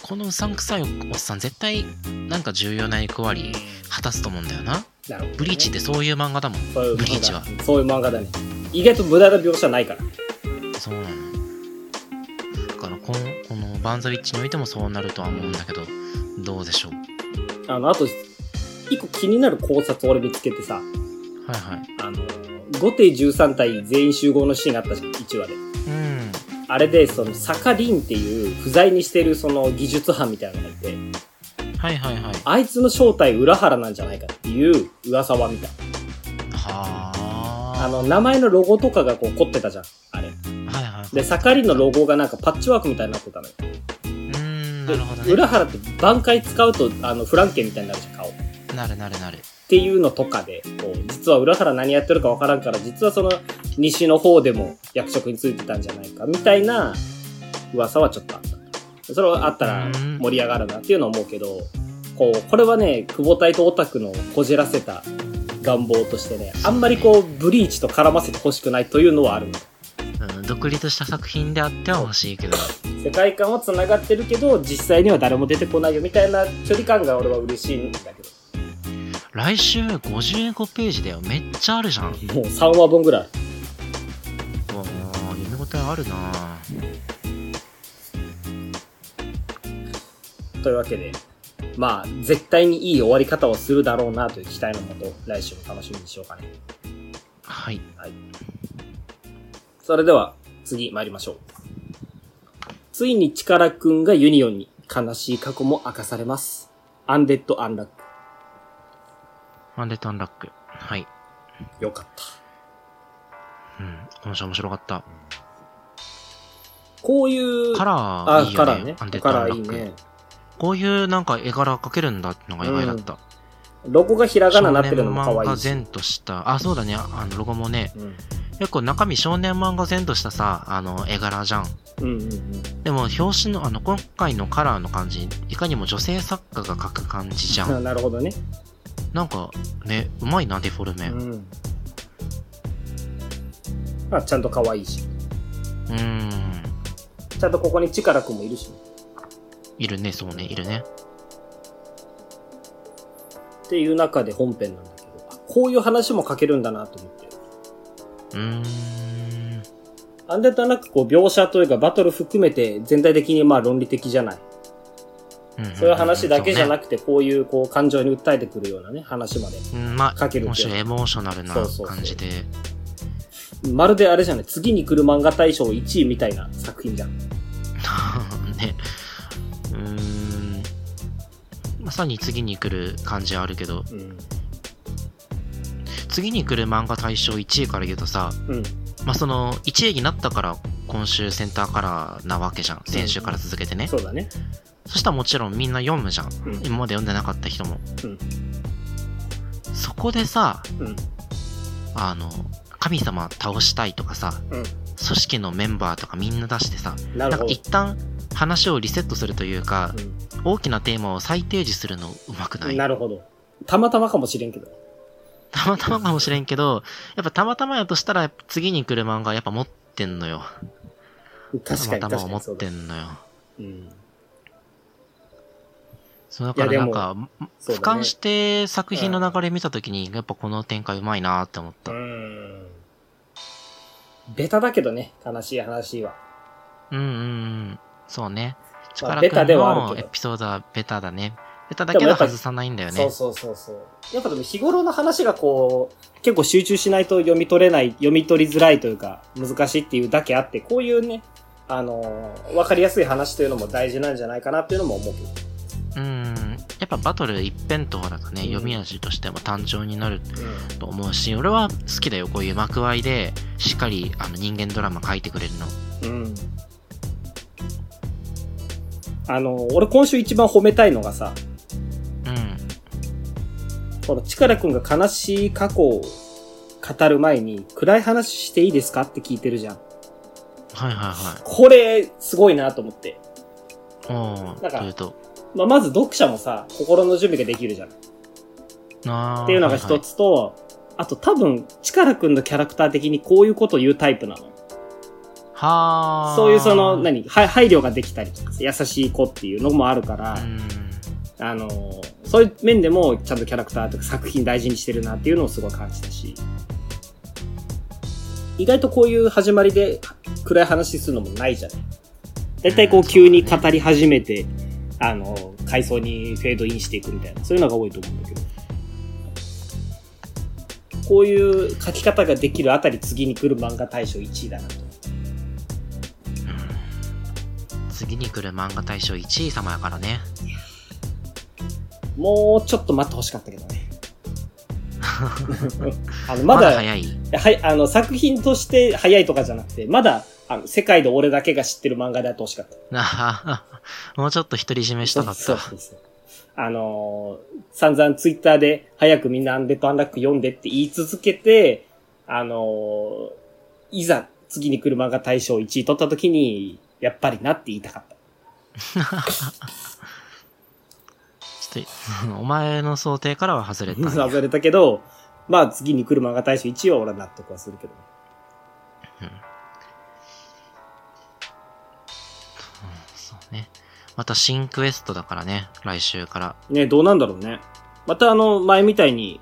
Speaker 2: このうさんくさいおっさん絶対なんか重要な役割果たすと思うんだよな
Speaker 1: なるほど、ね。
Speaker 2: ブリーチってそういう漫画だもん
Speaker 1: そういう漫画
Speaker 2: ブリーチは
Speaker 1: そういう漫画だね。意外と無駄な描写ないから。
Speaker 2: そうなのだからこのこのバンザウィッチにおいてもそうなるとは思うんだけどどうでしょう
Speaker 1: あの、あと、一個気になる考察を俺見つけてさ、
Speaker 2: はいはい
Speaker 1: あの、5手13体全員集合のシーンがあったじゃん、1話で。
Speaker 2: うん
Speaker 1: あれで、その、サカリンっていう、不在にしてる、その、技術班みたいなのがいて、
Speaker 2: はいはいはい
Speaker 1: あいつの正体、裏原なんじゃないかっていう噂は見た。
Speaker 2: は
Speaker 1: あ
Speaker 2: あ
Speaker 1: の、名前のロゴとかがこう、凝ってたじゃん、あれ。
Speaker 2: はいはい
Speaker 1: で、サカリンのロゴがなんかパッチワークみたいになってたのよ。
Speaker 2: うーん
Speaker 1: で
Speaker 2: なるほど
Speaker 1: 裏
Speaker 2: ね
Speaker 1: 原って挽回使うと、あの、フランケンみたいになるじゃん、顔。っ
Speaker 2: なるなるなる
Speaker 1: ていうのとかで、こう、実は裏原何やってるかわからんから、実はその、西の方でも役職についてたんじゃないか、みたいな噂はちょっとあった。それはあったら
Speaker 2: うん
Speaker 1: 盛り上がるなっていうのは思うけど、こう、これはね、久保隊とオタクのこじらせた願望としてね、あんまりこう、ブリーチと絡ませてほしくないというのはあるの。
Speaker 2: うん独立した作品であっては欲しいけど
Speaker 1: 世界観は繋がってるけど実際には誰も出てこないよみたいな距離感が俺は嬉しいんだけ
Speaker 2: 来週55ページだよめっちゃあるじゃんもう
Speaker 1: どもう3話分ぐらい
Speaker 2: 読み応えあるな
Speaker 1: というわけでまあ絶対にいい終わり方をするだろうなという期待のもと来週も楽しみにしようかね
Speaker 2: はい
Speaker 1: それでは次参りましょうついに力くんがユニオンに悲しい過去も明かされますアンデッド・アンラック
Speaker 2: アンデッドアンラックはい、
Speaker 1: よかった
Speaker 2: うん、今週面白かった
Speaker 1: こういう
Speaker 2: カラ
Speaker 1: あ
Speaker 2: ーいい
Speaker 1: カ
Speaker 2: よ
Speaker 1: ラー
Speaker 2: ね
Speaker 1: ね
Speaker 2: アンデッド
Speaker 1: カ
Speaker 2: ア
Speaker 1: ラ
Speaker 2: ンラ
Speaker 1: ーいい
Speaker 2: ック
Speaker 1: ね
Speaker 2: こういうなんか絵柄描けるんだってのが意外だった、
Speaker 1: ロゴがひらがなになってるのも可
Speaker 2: 少年漫
Speaker 1: 愛
Speaker 2: 画
Speaker 1: いし、
Speaker 2: 全としたあそうだねあのロゴもね
Speaker 1: うん、
Speaker 2: 結構中身少年漫画全としたさあの絵柄じゃん
Speaker 1: うんうんうん
Speaker 2: でも表紙のあの今回のカラーの感じいかにも女性作家が描く感じじゃん
Speaker 1: あなるほどね、
Speaker 2: なんかねうまいなデフォルメう
Speaker 1: うんあちゃんと可愛いし
Speaker 2: ーん
Speaker 1: ちゃんとここにチカラくんもいるし
Speaker 2: いるねそうねいるね
Speaker 1: っていう中で本編なんだけどあこういう話も書けるんだなと思って
Speaker 2: うーん
Speaker 1: アンデッドはなくこう描写というかバトル含めて全体的にまあ論理的じゃない
Speaker 2: うん
Speaker 1: そういう話だけじゃ
Speaker 2: く
Speaker 1: なくて、こういうこう感情に訴えてくるようなね、話まで。
Speaker 2: うんまあ、
Speaker 1: 書けるっていう
Speaker 2: もしエモーショナルな
Speaker 1: そうそうそう
Speaker 2: 感じで。
Speaker 1: まるであれじゃない、次に来る漫画大賞1位みたいな作品じゃん。
Speaker 2: ね。うーん。まさに次に来る感じはあるけど、
Speaker 1: うん。
Speaker 2: 次に来る漫画大賞1位から言うとさ、
Speaker 1: うん。
Speaker 2: まあ、その1位になったから今週センターカラーなわけじゃん。先週から続けてね。
Speaker 1: そうだね。
Speaker 2: そしたらもちろんみんな読むじゃん。
Speaker 1: うん。
Speaker 2: 今まで読んでなかった人も。
Speaker 1: うん
Speaker 2: そこでさ、
Speaker 1: うん。
Speaker 2: あの、神様倒したいとかさ、
Speaker 1: うん
Speaker 2: 組織のメンバーとかみんな出してさ、
Speaker 1: なる
Speaker 2: なんか
Speaker 1: ほど。
Speaker 2: 一旦話をリセットするというか、
Speaker 1: う、
Speaker 2: 大きなテーマを再提示するのうまくなんい
Speaker 1: なるほど。たまたまかもしれんけど。
Speaker 2: たまたまかもしれんけど、やっぱたまたまやとしたら、やっぱ次に来る漫画やっぱ持ってんのよ。
Speaker 1: 確かに確
Speaker 2: たまたま
Speaker 1: か
Speaker 2: を
Speaker 1: に
Speaker 2: 持
Speaker 1: そ
Speaker 2: っ
Speaker 1: うだ
Speaker 2: て。んのよ。
Speaker 1: うん。
Speaker 2: そうだからなんか、
Speaker 1: そう
Speaker 2: 俯
Speaker 1: だね
Speaker 2: 瞰し。て作品の流れ見たときに、やっぱこの展開うまいなって思っ
Speaker 1: う
Speaker 2: た。
Speaker 1: ん。ベタだけどね、悲しい話は。
Speaker 2: うんうんうん。そうね。チ
Speaker 1: まあ
Speaker 2: カラ
Speaker 1: ベタで
Speaker 2: 君
Speaker 1: はある
Speaker 2: の
Speaker 1: けど
Speaker 2: エピソードはベタだね。ベタだ
Speaker 1: で
Speaker 2: け
Speaker 1: もや
Speaker 2: ど
Speaker 1: っぱ
Speaker 2: 外さないんだよ
Speaker 1: そ
Speaker 2: ね
Speaker 1: う。そうそうそう。やっぱでも日頃の話がこう、結構集中しないと読み取れない、読み取りづらいというか、難しいっていうだけあって、こういうね、あのー、わかりやすい話というのも大事なんじゃないかなっていうのも思うけど。
Speaker 2: うん。やっぱバトル一辺倒だとね、
Speaker 1: うん
Speaker 2: 読み味としても単調になると思うし、俺は好きだよ。こういう幕合いで、しっかりあの人間ドラマ書いてくれるの。
Speaker 1: うん。うん。あのー、俺今週一番褒めたいのがさ、
Speaker 2: うん。
Speaker 1: このチカラくんが悲しい過去を語る前に、暗い話していいですかって聞いてるじゃん。
Speaker 2: はいはいはい。
Speaker 1: これ、すごいなと思って。
Speaker 2: おー
Speaker 1: なんか
Speaker 2: というと。
Speaker 1: まあ、まず読者もさ、心の準備ができるじゃん。
Speaker 2: あー
Speaker 1: っていうのが一。つと、あと多分、チカラくんのキャラクター的にこういうことを言うタイプなの。
Speaker 2: はあ。
Speaker 1: そういうその、何、は配慮ができたりとかさ、優しい子っていうのもあるから、
Speaker 2: うん。
Speaker 1: あのー、そういう面でもちゃんとキャラクターとか作品大事にしてるなっていうのをすごい感じたし、意外とこういう始まりで暗い話するのもないじゃない。だいたいこ
Speaker 2: う
Speaker 1: うん急に
Speaker 2: そうだね
Speaker 1: 語り始めて、あのー、階層にフェードインしていくみたいな、そういうのが多いと思うんだけど。こういう書き方ができるあたり次に来る漫画大賞1位だなと。
Speaker 2: うん次に来る漫画大賞1位様やからね。
Speaker 1: もうちょっと待ってほしかったけどね。 あの、
Speaker 2: ま
Speaker 1: ま
Speaker 2: だ
Speaker 1: だ、
Speaker 2: 早い。
Speaker 1: はい、あの、作品として早いとかじゃなくて、まだ、あの、世界で俺だけが知ってる漫画であってほしかった。
Speaker 2: なあもうちょっと独り占めしたかっ
Speaker 1: そう
Speaker 2: た。
Speaker 1: そうそう。あのー散々ツイッターで、早くみんなアンデッドアンラック読んでって言い続けて、あのーいざ、次に来る漫画大賞1位取った時に、やっぱりなって言いたかった。
Speaker 2: ちょっと、お 前の想定からは外れた。
Speaker 1: 外れたけど、まあ次に来る漫画大賞1位は俺は納得はするけど。
Speaker 2: そうね。また新クエストだからね、来週から。
Speaker 1: ね、どうなんだろうね。またあの、前みたいに、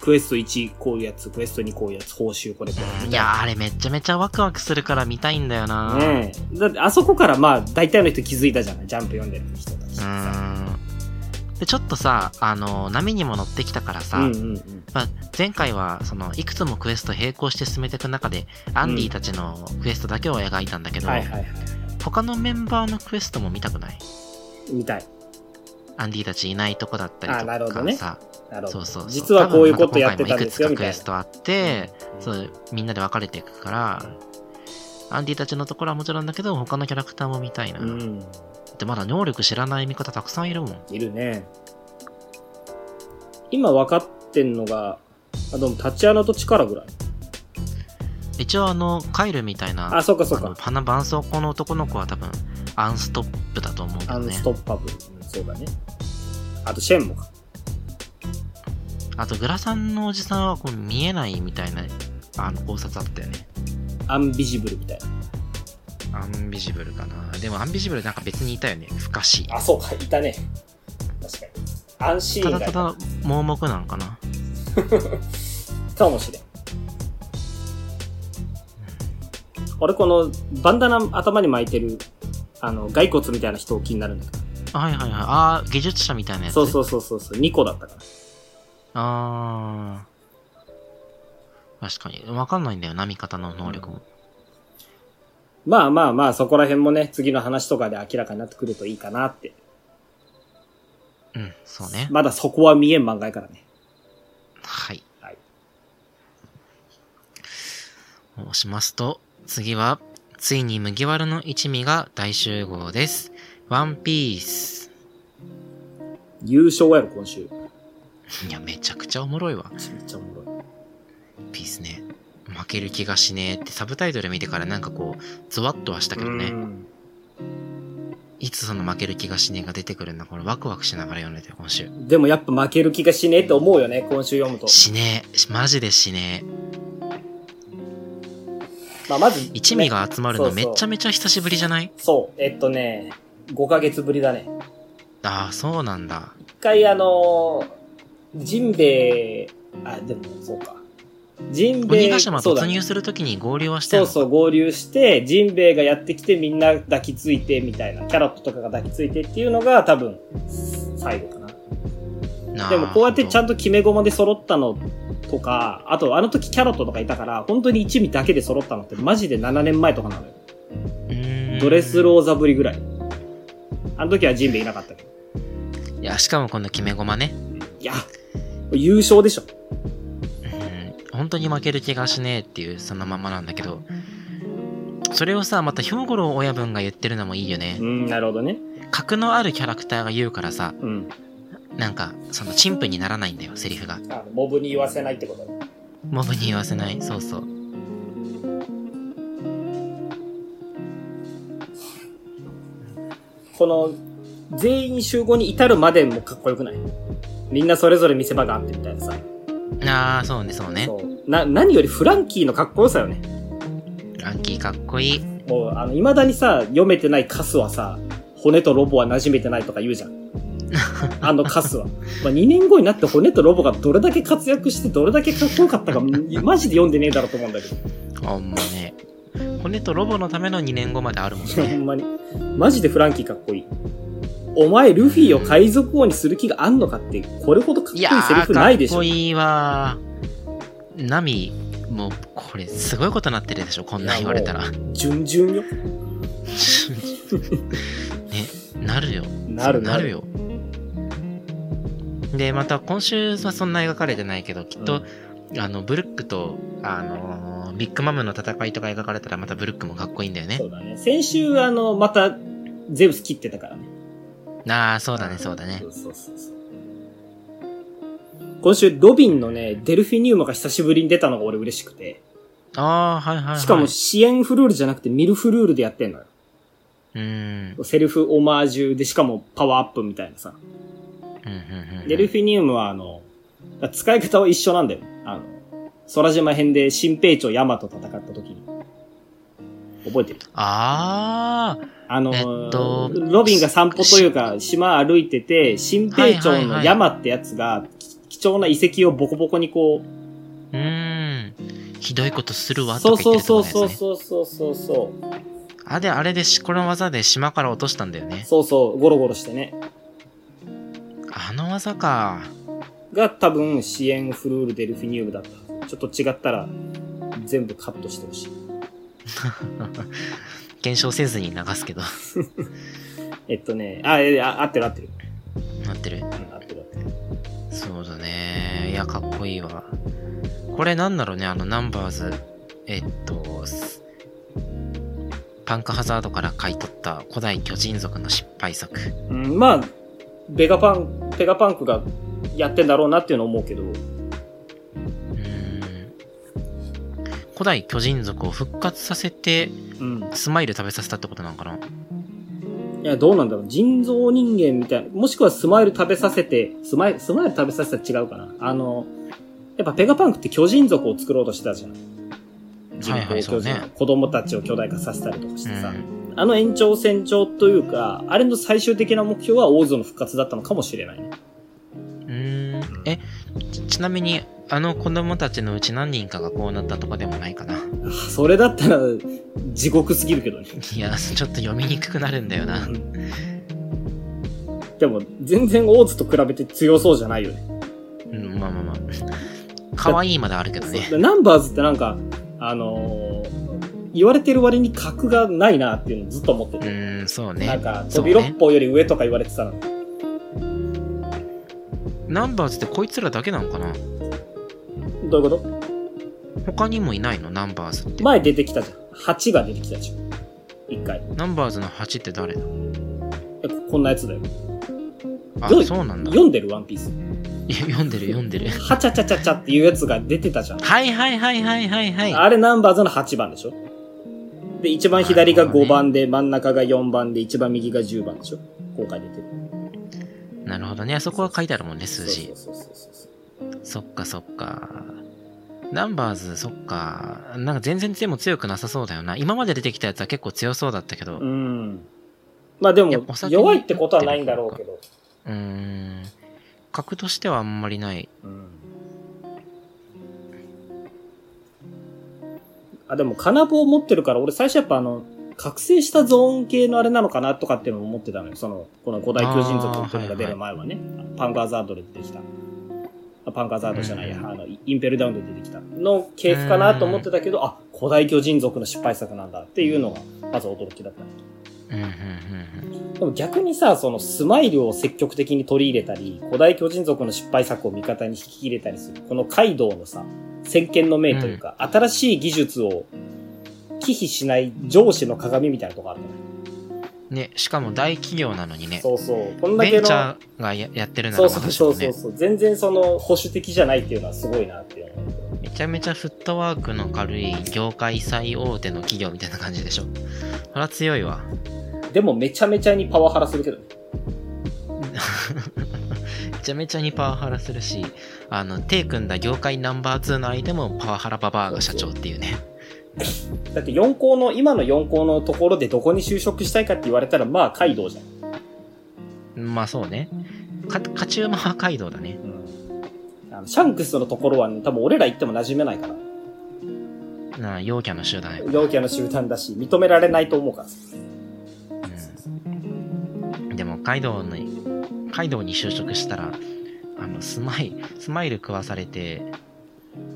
Speaker 1: クエスト1こういうやつ、クエスト2こういうやつ、報酬これこれみた
Speaker 2: い
Speaker 1: な。
Speaker 2: やー、あれめちゃめちゃワクワクするから見たいんだよな。
Speaker 1: ねえ。だってあそこからまあ、大体の人気づいたじゃないジャンプ読んでる人たち
Speaker 2: う
Speaker 1: さ。
Speaker 2: ーん。で、ちょっとさ、あの、波にも乗ってきたからさ、
Speaker 1: うんうんうん。
Speaker 2: まあ、前回はそのいくつもクエスト並行して進めていく中でアンディたちのクエストだけを描いたんだけど、
Speaker 1: はいはいはい。
Speaker 2: 他のメンバーのクエストも見たくない
Speaker 1: みたい。
Speaker 2: アンディたちいないとこだったり
Speaker 1: あなる
Speaker 2: と
Speaker 1: ほど
Speaker 2: か
Speaker 1: ね
Speaker 2: さ、
Speaker 1: なるほ
Speaker 2: そう
Speaker 1: ど。
Speaker 2: そうそう
Speaker 1: 実はこういうことやってたんですよ、
Speaker 2: 多分
Speaker 1: みた
Speaker 2: また今回もいくつかク
Speaker 1: い
Speaker 2: エ
Speaker 1: な
Speaker 2: ス。トあって、
Speaker 1: うん
Speaker 2: そうみんなで分かれていくからアンディたちのところはもちろんだけど他のキャラクターも見たいな、
Speaker 1: う
Speaker 2: だ
Speaker 1: ん。
Speaker 2: ってまだ能力知らない味方たくさんいるもん
Speaker 1: いるね。今分かってんのが、あ、でも、タチアナと力ぐらい。
Speaker 2: 一応あのカイルみたいな
Speaker 1: あ、そうかそう
Speaker 2: あの
Speaker 1: か。
Speaker 2: 花絆創膏の男の子は多分アンストップだと思うけ
Speaker 1: ア
Speaker 2: ど
Speaker 1: ン
Speaker 2: ね
Speaker 1: ストッパブル。うんそうだね。あと、シェンもか。
Speaker 2: あとグラさんのおじさんはこう見えないみたいなあの考察あったよね
Speaker 1: アンビジブルみたいな。
Speaker 2: アンビジブルかなでもアンビジブルなんか別にいたよね不可視
Speaker 1: あ、そうか、いたね。確かに。安心
Speaker 2: た
Speaker 1: が
Speaker 2: だ
Speaker 1: い
Speaker 2: た
Speaker 1: た
Speaker 2: だ盲目なんかな
Speaker 1: かもしれん。俺このバンダナ頭に巻いてる、あの、骸骨みたいな人気になるんだけど。
Speaker 2: はいはいはい。ああ、技術者みたいなやつ。。
Speaker 1: そうそううそうそうそう、2個だったから。
Speaker 2: ああ。確かに。わかんないんだよな、味方の能力も。
Speaker 1: まあまあまあ、そこら辺もね、次の話とかで明らかになってくるといいかなって。
Speaker 2: うん、そうね。
Speaker 1: まだそこは見えん漫画やからね。
Speaker 2: はい。
Speaker 1: はい
Speaker 2: 押しますと、次は、ついに麦わらの一味が大集合です。ワンピース。
Speaker 1: 優勝やろ、今週。
Speaker 2: いや、めちゃくちゃおもろいわ。
Speaker 1: めっちゃおもろい。
Speaker 2: ピースね。負ける気がしねえってサブタイトル見てからなんかこう、ゾワッとはしたけどね。
Speaker 1: うん
Speaker 2: いつその負ける気がしねえが出てくるんだ。これワクワクしながら読んでて、今週。
Speaker 1: でもやっぱ負ける気がしねえって思うよね、今週読むと。
Speaker 2: しねえ。しマジでしねえ。
Speaker 1: まあまず、
Speaker 2: 一味が集まる
Speaker 1: そ
Speaker 2: の
Speaker 1: う
Speaker 2: め
Speaker 1: そう
Speaker 2: ちゃめちゃ久しぶりじゃない
Speaker 1: そう、えっとね、5ヶ月ぶりだね。
Speaker 2: ああ、そうなんだ。
Speaker 1: 一回あのー、ジンベエ、あ、でもそうか。ジンベエ、
Speaker 2: 鬼ヶ島
Speaker 1: そうだ
Speaker 2: 突入するときに合流はして
Speaker 1: そ
Speaker 2: る
Speaker 1: うそう、合流して、ジンベエがやってきてみんな抱きついてみたいな、キャロットとかが抱きついてっていうのが多分、最後かな。でもこうやってちゃん
Speaker 2: と。
Speaker 1: と決め駒で揃ったのとか、あとあの時キャロットとかいたから、本当に一味だけで揃ったのってマジで7年前とかなのよ。
Speaker 2: うーん
Speaker 1: ドレスローザぶりぐらい。あの時はジンベエいなかったけど。
Speaker 2: いや、しかもこの決め駒ね。
Speaker 1: いや、優勝でしょ。
Speaker 2: うん。本当に負ける気がしねえっていう、そのままなんだけど。それをさ、また兵五郎親分が言ってるのもいいよね
Speaker 1: う。ん、なるほどね。
Speaker 2: 格のあるキャラクターが言うからさ、
Speaker 1: うん。
Speaker 2: なんか、その、陳腐にならないんだよ、セリフが。
Speaker 1: あのモブに言わせないってこと
Speaker 2: モブに言わせない。そうそう。
Speaker 1: この、全員集合に至るまでもかっこよくないみんなそれぞれ見せ場があってみたいなさ。
Speaker 2: ああ、そうね、そうね。
Speaker 1: そうな、何よりフランキーのかっこよさよね。
Speaker 2: ランキーかっこいい。
Speaker 1: もう、あの、未だにさ、読めてないカスはさ、骨とロボは馴染めてないとか言うじゃん。あのカスは。まあ、2年後になって骨とロボがどれだけ活躍してどれだけかっこよかったか、マジで読んでねえだろうと思うんだけど。
Speaker 2: あ、もうね。骨とロボのための2年後まであるも ん
Speaker 1: ほ
Speaker 2: ね。
Speaker 1: んまに。マジでフランキーかっこいい。お前、ルフィを海賊王にする気があんのかって、これほどかっこい
Speaker 2: い
Speaker 1: い
Speaker 2: や
Speaker 1: セリ
Speaker 2: ー、
Speaker 1: フ
Speaker 2: か
Speaker 1: ないで
Speaker 2: っ
Speaker 1: しょ
Speaker 2: こ。いいわー。ナミ、もう、これ、すごいことなってるでしょ、こんなん言われたら。
Speaker 1: 順々よ。
Speaker 2: ね、なるよ。
Speaker 1: なる
Speaker 2: な
Speaker 1: な
Speaker 2: る
Speaker 1: る。
Speaker 2: よ。で、また、今週はそんな描かれてないけど、きっと、あの、ブルックと、あのービッグマムの戦いとか描かれたら、またブルックもかっこいいんだよね
Speaker 1: そ。うだね。先週、あの、また、ゼウス切ってたからね。
Speaker 2: ああ、そうだね、そうだね
Speaker 1: そ。うそうそうそう。今週、ロビンのね、デルフィニウムが久しぶりに出たのが俺嬉しくて。
Speaker 2: ああ、はいはい、はい。
Speaker 1: しかも、支援フルールじゃなくてミルフルールでやってんのよ。
Speaker 2: うん、うん、
Speaker 1: セルフオマージュで、しかもパワーアップみたいなさ。
Speaker 2: うんうん。
Speaker 1: デルフィニウムはあの、使い方は一緒なんだよ。あの、空島編で新平町ヤマと戦った時に。覚えてる
Speaker 2: あ
Speaker 1: あの、
Speaker 2: えっと
Speaker 1: ロビンが散歩というか、島歩いてて、新平
Speaker 2: はい
Speaker 1: 町
Speaker 2: はいは
Speaker 1: の
Speaker 2: い
Speaker 1: ヤマってやつが、き貴重な遺跡をボコボコにこう、
Speaker 2: あ、うーん。ひどいことするわ
Speaker 1: そ
Speaker 2: と
Speaker 1: う
Speaker 2: か
Speaker 1: そ
Speaker 2: 言
Speaker 1: う
Speaker 2: ってると
Speaker 1: そ
Speaker 2: こ
Speaker 1: う
Speaker 2: ですね。
Speaker 1: そうそうそうそうそう、
Speaker 2: あで、あれでし、この技で島から落としたんだよね。
Speaker 1: そうそう、ゴロゴロしてね。
Speaker 2: あの技か。
Speaker 1: が多分、シエンフルール・デルフィニウムだったはず。ちょっと違ったら、全部カットしてほしい。
Speaker 2: 検証せずに流すけど。
Speaker 1: えっとね、あ、えあ合ってる合ってる。
Speaker 2: なってる。
Speaker 1: うん合ってる合ってる。
Speaker 2: そうだね。いや、かっこいいわ。これなんだろうね、あの、ナンバーズ。えっと、すパンクハザードから買い取った古代巨人族の失敗作。
Speaker 1: うん、まあ、ベガパン、ペガパンクがやってんだろうなっていうの思うけど、
Speaker 2: うーん。古代巨人族を復活させて、
Speaker 1: うん。
Speaker 2: スマイル食べさせたってことなんかない
Speaker 1: や、どうなんだろう。人造人間みたいな。もしくはスマイル食べさせて、スマイル、スマイル食べさせたら違うかな。あの、やっぱペガパンクって巨人族を作ろうとしてたじゃん。人
Speaker 2: はいはい
Speaker 1: 工
Speaker 2: そう
Speaker 1: 巨人、
Speaker 2: ね
Speaker 1: 子供たちを巨大化させたりとかし
Speaker 2: う
Speaker 1: てさ。
Speaker 2: ん。
Speaker 1: あの延長線上というか、あれの最終的な目標は王女の復活だったのかもしれないね。
Speaker 2: うーん。え、ちちなみに、あの子供たちのうち何人かがこうなったとかでもないかな。
Speaker 1: あそれだったら、地獄すぎるけどね。
Speaker 2: いや、ちょっと読みにくくなるんだよな。
Speaker 1: でも、全然オーズと比べて強そうじゃないよね。
Speaker 2: うん、まあまあまあ。可愛いまであるけどね
Speaker 1: そ。うナンバーズってなんか、あのー言われてる割に格がないなっていうのをずっと思って
Speaker 2: う
Speaker 1: て。
Speaker 2: ーん、そう
Speaker 1: なん
Speaker 2: ね。
Speaker 1: か、
Speaker 2: そう
Speaker 1: 飛
Speaker 2: ね
Speaker 1: び六方より上とか言われてたら、
Speaker 2: ナンバーズってこいつらだけなのかな
Speaker 1: どういうこと
Speaker 2: 他にもいないのナンバーズって。
Speaker 1: 前出てきたじゃん。8が出てきたじゃん。一回。
Speaker 2: ナンバーズの8って誰
Speaker 1: えこんなやつだよ。
Speaker 2: あ
Speaker 1: よ、い
Speaker 2: そうなんだ。
Speaker 1: 読んでるワンピース。
Speaker 2: いや 読んでる読んでる。
Speaker 1: はちゃちゃちゃちゃっていうやつが出てたじゃん。
Speaker 2: はいはいはいはいはいはい。
Speaker 1: あれナンバーズの8番でしょで、一番左が5番で、真ん中が4番で、一番右が10番でしょ今回出てる。
Speaker 2: なるほどね。あそこは書いてあるもんね、数字。
Speaker 1: そうそうそうそうそう。
Speaker 2: そっかそっか。ナンバーズ、そっか。なんか全然でも強くなさそうだよな。今まで出てきたやつは結構強そうだったけど。
Speaker 1: う。
Speaker 2: うん
Speaker 1: まあで
Speaker 2: いや
Speaker 1: も
Speaker 2: お、酒に
Speaker 1: 弱いってことはないんだろうけど。
Speaker 2: ーん。格としてはあんまりない。
Speaker 1: うん。あ、でも、金棒持ってるから、俺最初やっぱあの、覚醒したゾーン系のあれなのかなとかっていうのも思ってたのよ。その、この五大巨人族というのが出る前はね、パンカーザードで出てきた。あパンカーザードじゃないや、
Speaker 2: うん
Speaker 1: あの、イインペルダウンで出てきた。の系譜かなと思ってたけど、あ、古代巨人族の失敗作なんだっていうのが、まず驚きだったね。
Speaker 2: うんうんうん
Speaker 1: でも逆にさ、そのスマイルを積極的に取り入れたり、古代巨人族の失敗作を味方に引き入れたりする、このカイドウのさ、先見の明というか、新しい技術を忌避しない上司の鏡みたいなとこあるのね。
Speaker 2: うん。ね、しかも大企業なのにね。
Speaker 1: そうそう。こんだ
Speaker 2: ベ
Speaker 1: け
Speaker 2: ン
Speaker 1: の
Speaker 2: チ。ャーがややってるな
Speaker 1: そ
Speaker 2: ら
Speaker 1: う
Speaker 2: ま
Speaker 1: そう
Speaker 2: だし
Speaker 1: そ
Speaker 2: も
Speaker 1: うそ
Speaker 2: ね
Speaker 1: う。そう。全然その保守的じゃないっていうのはすごいなっていうの
Speaker 2: めちゃめちゃフットワークの軽い業界最大手の企業みたいな感じでしょ。そら強いわ。
Speaker 1: でもめちゃめちゃにパワハラするけどね。
Speaker 2: めちゃめちゃにパワハラするしあの手組んだ業界ナンバー2の相手もパワハラババアが社長っていうね
Speaker 1: だって4校の、今の4校のところでどこに就職したいかって言われたら、まあカイドウじゃん。
Speaker 2: まあそうねか勝ち馬は街道だね
Speaker 1: あのシャンクスのところはね、多分俺ら行っても馴染めないから。
Speaker 2: なあ陽キャの集団やから
Speaker 1: 陽キャの集団だし、認められないと思うから。
Speaker 2: うんでも街道に街道に就職したらあのスマイスマイル食わされて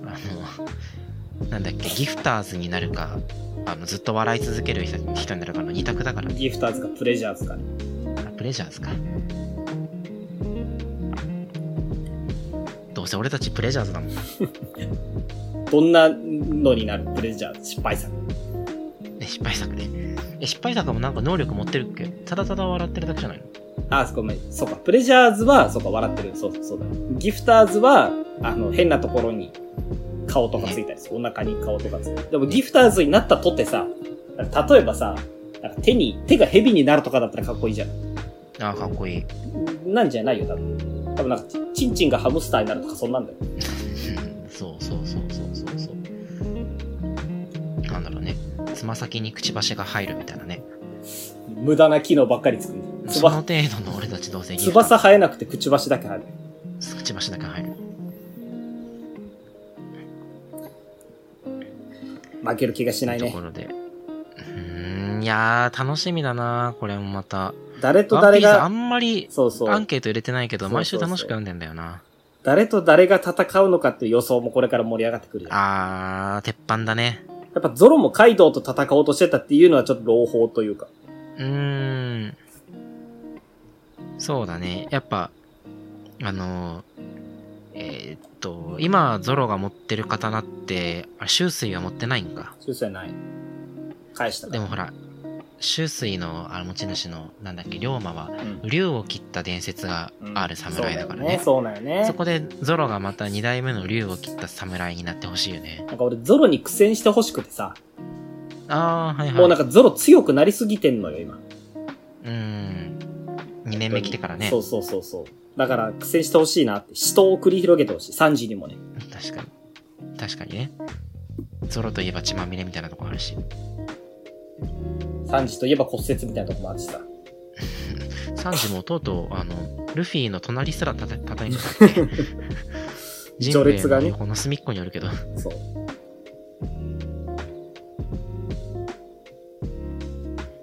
Speaker 2: あのなんだっけギフターズになるかあのずっと笑い続ける人人になるかの二択だから
Speaker 1: ギフターズかプレジャーズかね。
Speaker 2: あプレジャーズかどうせ俺たちプレジャーズだもん
Speaker 1: どんなのになるプレジャーズ失敗作。
Speaker 2: え失敗作ねえ失敗作もなんか能力持ってるっけただただ笑ってるだけじゃないの
Speaker 1: あ、ごめん。そうか。プレジャーズは、そうか、笑ってる。そうそうそうだ。ギフターズは、あの、変なところに顔とかついたりする。お腹に顔とかついたり。でもギフターズになったとってさ、例えばさ、なんか手に、手が蛇になるとかだったらかっこいいじゃん。
Speaker 2: あーかっこいい
Speaker 1: なんじゃないよ、多分。多分なんか、チンチンがハムスターになるとかそんなんだよ。
Speaker 2: そうそうそうそうそうそうなんだろうねつま先にくちばしが入るみたいなね
Speaker 1: 無駄な機能ばっかりつくんだよ
Speaker 2: その
Speaker 1: 翼
Speaker 2: 程度の俺たちどうせギフターズ
Speaker 1: 翼生えなくてくちばしだけある。
Speaker 2: くちばしだけ入る
Speaker 1: 負ける気がしない
Speaker 2: と
Speaker 1: ね
Speaker 2: こ。ろでうーんいやー楽しみだなこれもまた
Speaker 1: 誰と
Speaker 2: ワン
Speaker 1: 誰
Speaker 2: ピースあ
Speaker 1: が、
Speaker 2: んまり
Speaker 1: そうそ
Speaker 2: アン
Speaker 1: う。
Speaker 2: ケート入れてないけ
Speaker 1: そ
Speaker 2: ど
Speaker 1: うそうそう
Speaker 2: 毎週楽しく読んでんだよな
Speaker 1: 誰と誰が戦うのかっていう予想もこれから盛り上がってくるよ。や
Speaker 2: あー、鉄板だね。
Speaker 1: っぱゾロもカイドウと戦おうとしてたっていうのはちょっと朗報というか。
Speaker 2: うーん。そうだね。やっぱ、あの、えーっと、今、ゾロが持ってる刀って、あ、周水は持ってないんか。
Speaker 1: そうじゃない。返した
Speaker 2: で
Speaker 1: ね。
Speaker 2: もほら、周水のあ持ち主の、なんだっけ、龍馬は、
Speaker 1: うん
Speaker 2: 竜を切った伝説がある侍だからね。
Speaker 1: そうだよね。そうだよ
Speaker 2: そ
Speaker 1: ね。
Speaker 2: こでゾロがまた二代目の竜を切った侍になってほしいよね。
Speaker 1: なんか俺ゾロに苦戦してほしくてさ。
Speaker 2: あー、はいはい。
Speaker 1: もうなんかゾロ強くなりすぎてんのよ、今。
Speaker 2: うーん。2年目来てからね。
Speaker 1: そうそうそうそう。だから苦戦してほしいなって。死闘を繰り広げてほしい。サンジにもね。
Speaker 2: 確かに確かにねゾロといえば血まみれみたいなとこあるし
Speaker 1: サンジといえば骨折みたいなとこもあってさ。
Speaker 2: サンジもとうとうあのルフィの隣すらたた叩いてたって
Speaker 1: 序列がね
Speaker 2: この隅っこにあるけど
Speaker 1: そう。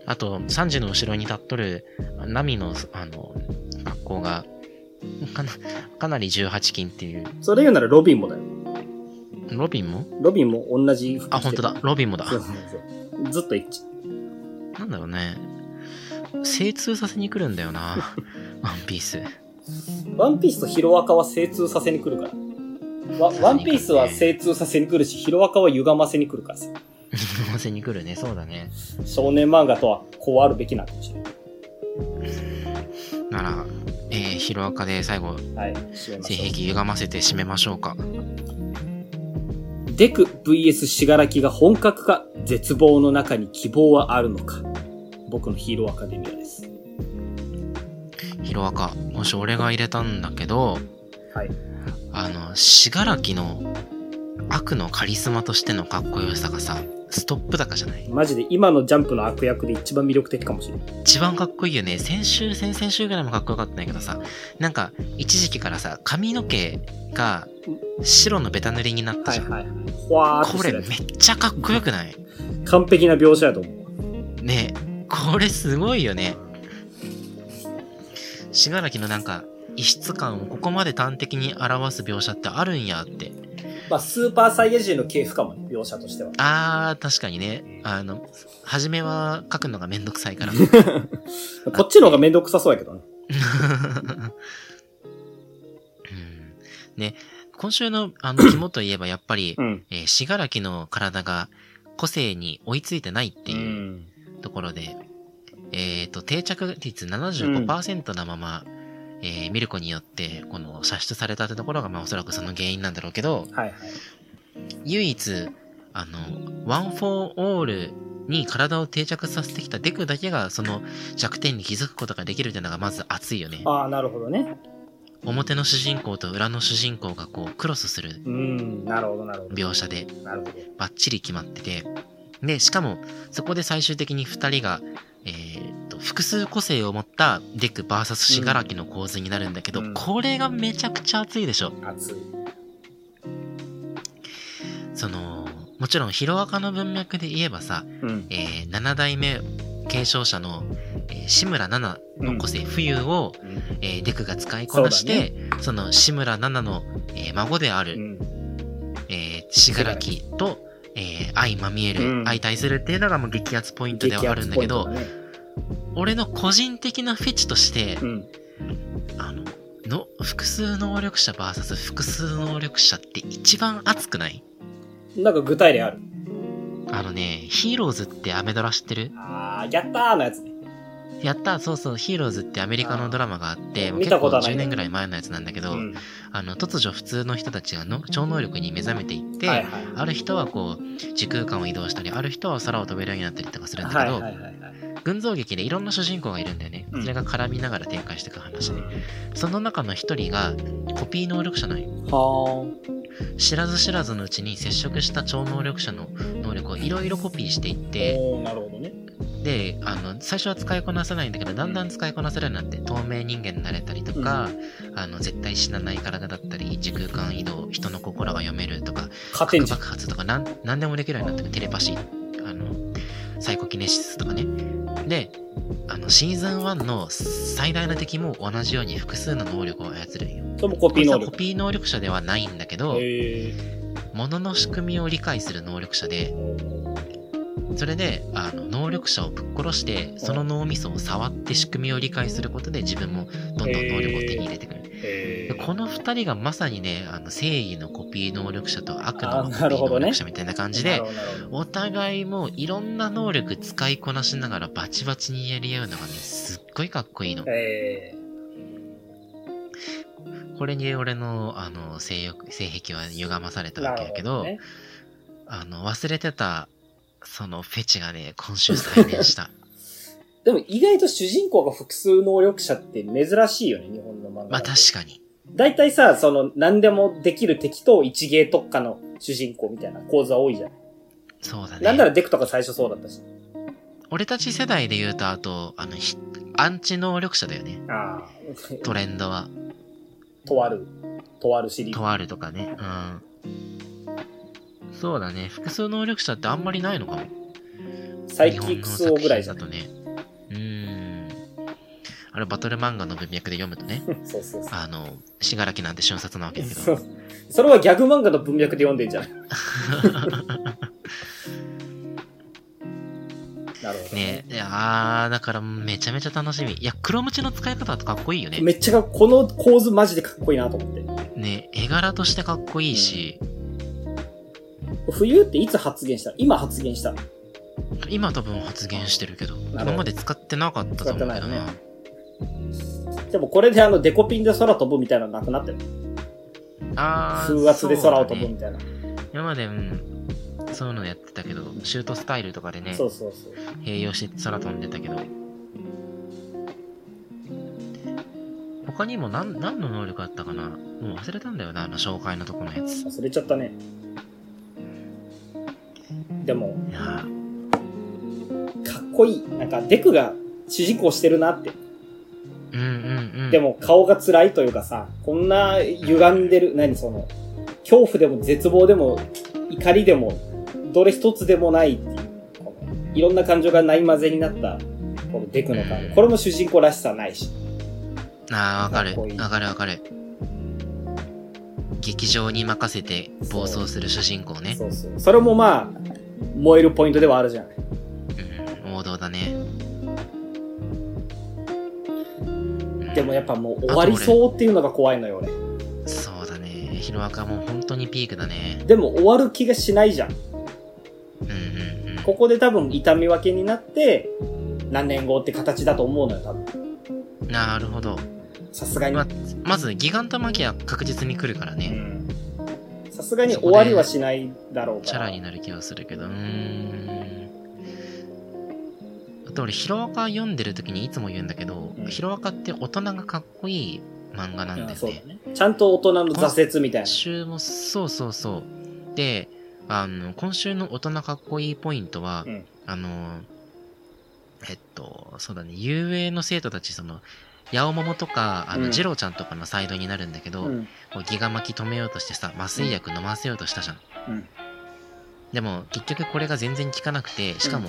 Speaker 2: あとサンジの後ろに立っとるナミのあのかっ子が、かな、かなり18金っていう。
Speaker 1: それ言うならロビンもだよ。
Speaker 2: ロビンも
Speaker 1: ロビンも同じ服着てる
Speaker 2: あ、本当だ。。ロビンもだ
Speaker 1: そ。うそうそう。ずっと一致。
Speaker 2: なんだろうね。精通させに来るんだよな。ワンピース。
Speaker 1: ワンピースとヒロアカは精通させに来るから。ワワンピースは精通させに来るし、ヒロアカは歪ませに来るからさ。
Speaker 2: 飲ませに来るね。そうだね。
Speaker 1: 少年漫画とはこうあるべきなのかもしれない。
Speaker 2: なら、えー、ヒロアカで最後、
Speaker 1: はい。締めま
Speaker 2: 性
Speaker 1: しょ
Speaker 2: 癖歪ませて締めましょうか。
Speaker 1: う。デク VS しがらきが本格化。絶望の中に希望はあるのか。僕のヒーローアカデミアです。
Speaker 2: ヒロアカ。もし俺が入れたんだけど、
Speaker 1: はい。
Speaker 2: あの、しがらきの悪のカリスマとしてのかっこよさがさ、ストップ高じゃない
Speaker 1: マジで今のジャンプの悪役で一番魅力的かもしれない。
Speaker 2: 一番かっこいいよね。先週、先々週ぐらいもかっこよかったんだけどさ、なんか、一時期からさ、髪の毛が白のベタ塗りになっ
Speaker 1: は
Speaker 2: たじ
Speaker 1: い
Speaker 2: ゃん。
Speaker 1: はいはい。ほわーっと
Speaker 2: こ
Speaker 1: し
Speaker 2: れ
Speaker 1: て
Speaker 2: め
Speaker 1: るや
Speaker 2: っちゃかっこよくない
Speaker 1: つ完璧な描写やと思う。
Speaker 2: ねこれすごいよね。しがらきのなんか、異質感をここまで端的に表す描写ってあるんやって。
Speaker 1: まあ、スーパーサイヤ人の系譜かもね、描写としては。
Speaker 2: あー、確かにね。あの、初めは書くのがめんどくさいから。
Speaker 1: こっちの方がめんどくさそうやけどね。
Speaker 2: うんね、今週のあの肝といえばやっぱり
Speaker 1: う、ん。
Speaker 2: えー、しがらきの体が個性に追いついてないっていうところで、えっ、と、定着率75%なまま、えーミルコによって、この、射出されたってところが、まあ、おそらくその原因なんだろうけど、
Speaker 1: はいはい。
Speaker 2: 唯一、あの、ワン・フォー・オールに体を定着させてきたデクだけが、その弱点に気づくことができるっていうのが、まず熱いよね。
Speaker 1: ああ、なるほどね。
Speaker 2: 表の主人公と裏の主人公がこうクロスする
Speaker 1: うん、なるほど、なるほど。
Speaker 2: 描写で
Speaker 1: なるほど。
Speaker 2: バッチリ決まっててでしかもそこで最終的に2人が、えーと複数個性を持ったデク VS しがらきの構図になるんだけど、
Speaker 1: うん
Speaker 2: これがめちゃくちゃ熱いでしょ
Speaker 1: 熱い。
Speaker 2: そのもちろんヒロアカの文脈で言えばさ、
Speaker 1: うん。
Speaker 2: え7代目継承者の、えー志村奈々の個性冬を、
Speaker 1: うん。
Speaker 2: えーデクが使いこなしてそ,、の志村奈々の、えー孫である、
Speaker 1: うん。
Speaker 2: えー、しがらきと、えー相まみえる、
Speaker 1: うん
Speaker 2: 相対するっていうのがもう激アツポイントではあるんだけど、
Speaker 1: 激アツ
Speaker 2: 俺の個人的なフェチとして、
Speaker 1: ポイントだね
Speaker 2: あの、の、複数能力者 VS 複数能力者って一番熱くない
Speaker 1: うん。なんか具体例ある。
Speaker 2: あのね、ヒーローズってアメドラ知ってる
Speaker 1: ああ、やったーのやつね。
Speaker 2: やったそうそう、ヒーローズってアメリカのドラマがあって、
Speaker 1: あー
Speaker 2: も
Speaker 1: 見
Speaker 2: う結
Speaker 1: た
Speaker 2: 構
Speaker 1: ことはない
Speaker 2: 10年ぐらい前のやつなんだけど、
Speaker 1: うん。
Speaker 2: あの、突如普通の人たちがの超能力に目覚めていって、
Speaker 1: はいはい。
Speaker 2: ある人はこう、時空間を移動したり、ある人は空を飛べるようになったりとかするんだ
Speaker 1: は
Speaker 2: け
Speaker 1: い
Speaker 2: ど、
Speaker 1: はいはいはい。
Speaker 2: 群像劇でいろんな主人公がいるんだよね。
Speaker 1: うん
Speaker 2: それが絡みながら展開していく話ね。その中の一人がコピー能力者なんよ。
Speaker 1: は
Speaker 2: 知らず知らずのうちに接触した超能力者の能力をいろいろコピーしていっ
Speaker 1: ー。
Speaker 2: て、
Speaker 1: おー、なるほどね。
Speaker 2: で、あの、最初は使いこなせないんだけど、だんだん使いこなせるようになって、透明人間になれたりとか、あの、絶対死なない体だったり、時空間移動、人の心が読めるとか、
Speaker 1: 勝てん
Speaker 2: 核
Speaker 1: じゃん。
Speaker 2: 爆発とかなん何でもできるようになってくるテレパシーあのサイコキネシスとかねであのシーズン1の最大の敵も同じように複数の能力を操るんよ
Speaker 1: それもコ
Speaker 2: こ
Speaker 1: ピー
Speaker 2: いつ
Speaker 1: 能
Speaker 2: はコ
Speaker 1: 力。
Speaker 2: ピー能力者ではないんだけど
Speaker 1: へえ。
Speaker 2: 物の仕組みを理解する能力者でそれであの能力者をぶっ殺してその脳みそを触って仕組みを理解することで自分もどんどん能力を手に入れてくる
Speaker 1: へ
Speaker 2: で
Speaker 1: ー
Speaker 2: この2人がまさにねあの正義のコピー能力者と悪
Speaker 1: あ
Speaker 2: のコピ
Speaker 1: なる
Speaker 2: ー
Speaker 1: ほど
Speaker 2: 能
Speaker 1: ね
Speaker 2: 力者みたいな感じで
Speaker 1: なるほどなるほど
Speaker 2: お互いもういろんな能力使いこなしながらバチバチにやり合うのがね、すっごいかっこいいの。
Speaker 1: え
Speaker 2: これに俺の、あの、性欲、性癖は歪まされ
Speaker 1: ー
Speaker 2: たわけやけど、
Speaker 1: なる
Speaker 2: あの、忘れてた、そのフェチがね、今週再 燃した。
Speaker 1: ほどねでも意外と主人公が複数能力者って珍しいよね、日本の漫画だと。
Speaker 2: まあ確かに。
Speaker 1: 大体さ、その、何でもできる敵と一芸特化の主人公みたいな構図は多いじゃない。
Speaker 2: そうだ
Speaker 1: なんなら
Speaker 2: ね。
Speaker 1: デクとか最初そうだったし。
Speaker 2: 俺たち世代で言うと、あと、あの、ひアンチ能力者だよね。
Speaker 1: あ
Speaker 2: トレンドは。
Speaker 1: あ。とある、とあるシリーズ。
Speaker 2: とあるとかね。うん。そうだね。複数能力者ってあんまりないのかも。
Speaker 1: サイキックス王ぐらいじゃない。
Speaker 2: 日本の作品だとね。うーん。あれバトル漫画の文脈で読む とね、
Speaker 1: そうそうそう。
Speaker 2: あの、信楽なんて瞬殺なわけだけ
Speaker 1: そ
Speaker 2: ど。
Speaker 1: うそれはギャグ漫画の文脈で読んでん じゃん。なるほど。
Speaker 2: ねえ、いやーだからめちゃめちゃ楽しみ。いや、黒ムチの使い方ってかっこいいよね。
Speaker 1: めっちゃかこの構図マジでかっこいいなと思って。
Speaker 2: ね絵柄としてかっこいいし、
Speaker 1: 冬っていつ発言した今発言した。
Speaker 2: 今多分発言してるけど、
Speaker 1: ほど
Speaker 2: 今まで使ってなかったと思うけ
Speaker 1: 使
Speaker 2: ど
Speaker 1: って
Speaker 2: な。
Speaker 1: ないよでもこれであのデコピンで空飛ぶみたいなのなくなってる。
Speaker 2: あー
Speaker 1: 風圧で空を飛
Speaker 2: そ
Speaker 1: ぶ
Speaker 2: うだね
Speaker 1: みたいな。
Speaker 2: 今まで、うん、そういうのやってたけど、シュートスタイルとかでね、
Speaker 1: そうそうそう。
Speaker 2: 併用して空飛んでたけど。他にも何何の能力あったかなもう忘れたんだよな、あの紹介のとこのやつ。い
Speaker 1: 忘れちゃったね。でも、
Speaker 2: やー
Speaker 1: かっこいい。なんかデクが主人公してるなって。
Speaker 2: うんうんうん。
Speaker 1: でも顔が辛いというかさ、こんな歪んでる、何その、恐怖でも絶望でも怒りでも、どれ一つでもないっていう、このいろんな感情がない混ぜになった、このデクの感
Speaker 2: うん
Speaker 1: じ。これも主人公らしさないし。
Speaker 2: ああ、わかる。
Speaker 1: かっこいい
Speaker 2: わかるわかる。劇場に任せて暴走する主人公ね。
Speaker 1: そうそう。それもまあ、燃えるポイントではあるじゃない。
Speaker 2: うん、王道だね。うん
Speaker 1: でもやっぱもう終わりそうっていうのが怖いのよ、俺。
Speaker 2: そうだね。ヒロアカもう本当にピークだね。
Speaker 1: でも終わる気がしないじゃん。
Speaker 2: うんうんうん。
Speaker 1: ここで多分痛み分けになって、何年後って形だと思うのよ、多分。
Speaker 2: なるほど。
Speaker 1: さすがに
Speaker 2: ま。まず、ギガントマキア確実に来るからね。
Speaker 1: さすがに終わりはしないだろう
Speaker 2: チャ
Speaker 1: から。
Speaker 2: ラになる気はするけど。うーん。あと俺、ヒロアカ読んでる時にいつも言うんだけど、
Speaker 1: うん
Speaker 2: ヒロアカって大人がかっこいい漫画なん
Speaker 1: う
Speaker 2: だよね
Speaker 1: ん。そうだね。ちゃんと大人の挫折みたい
Speaker 2: 今週もそうそうそうであの今週の大人かっこいいポイントは、
Speaker 1: うん
Speaker 2: あのえっとそうだね遊泳の生徒たちその八尾桃とかあの、
Speaker 1: うん
Speaker 2: ジローちゃんとかのサイドになるんだけ
Speaker 1: な。
Speaker 2: ど、
Speaker 1: うん。
Speaker 2: こうギガ巻き止めようとしてさ麻酔薬飲ませようとしたじゃん、
Speaker 1: うん
Speaker 2: でも結局これが全然効かなくてしかも、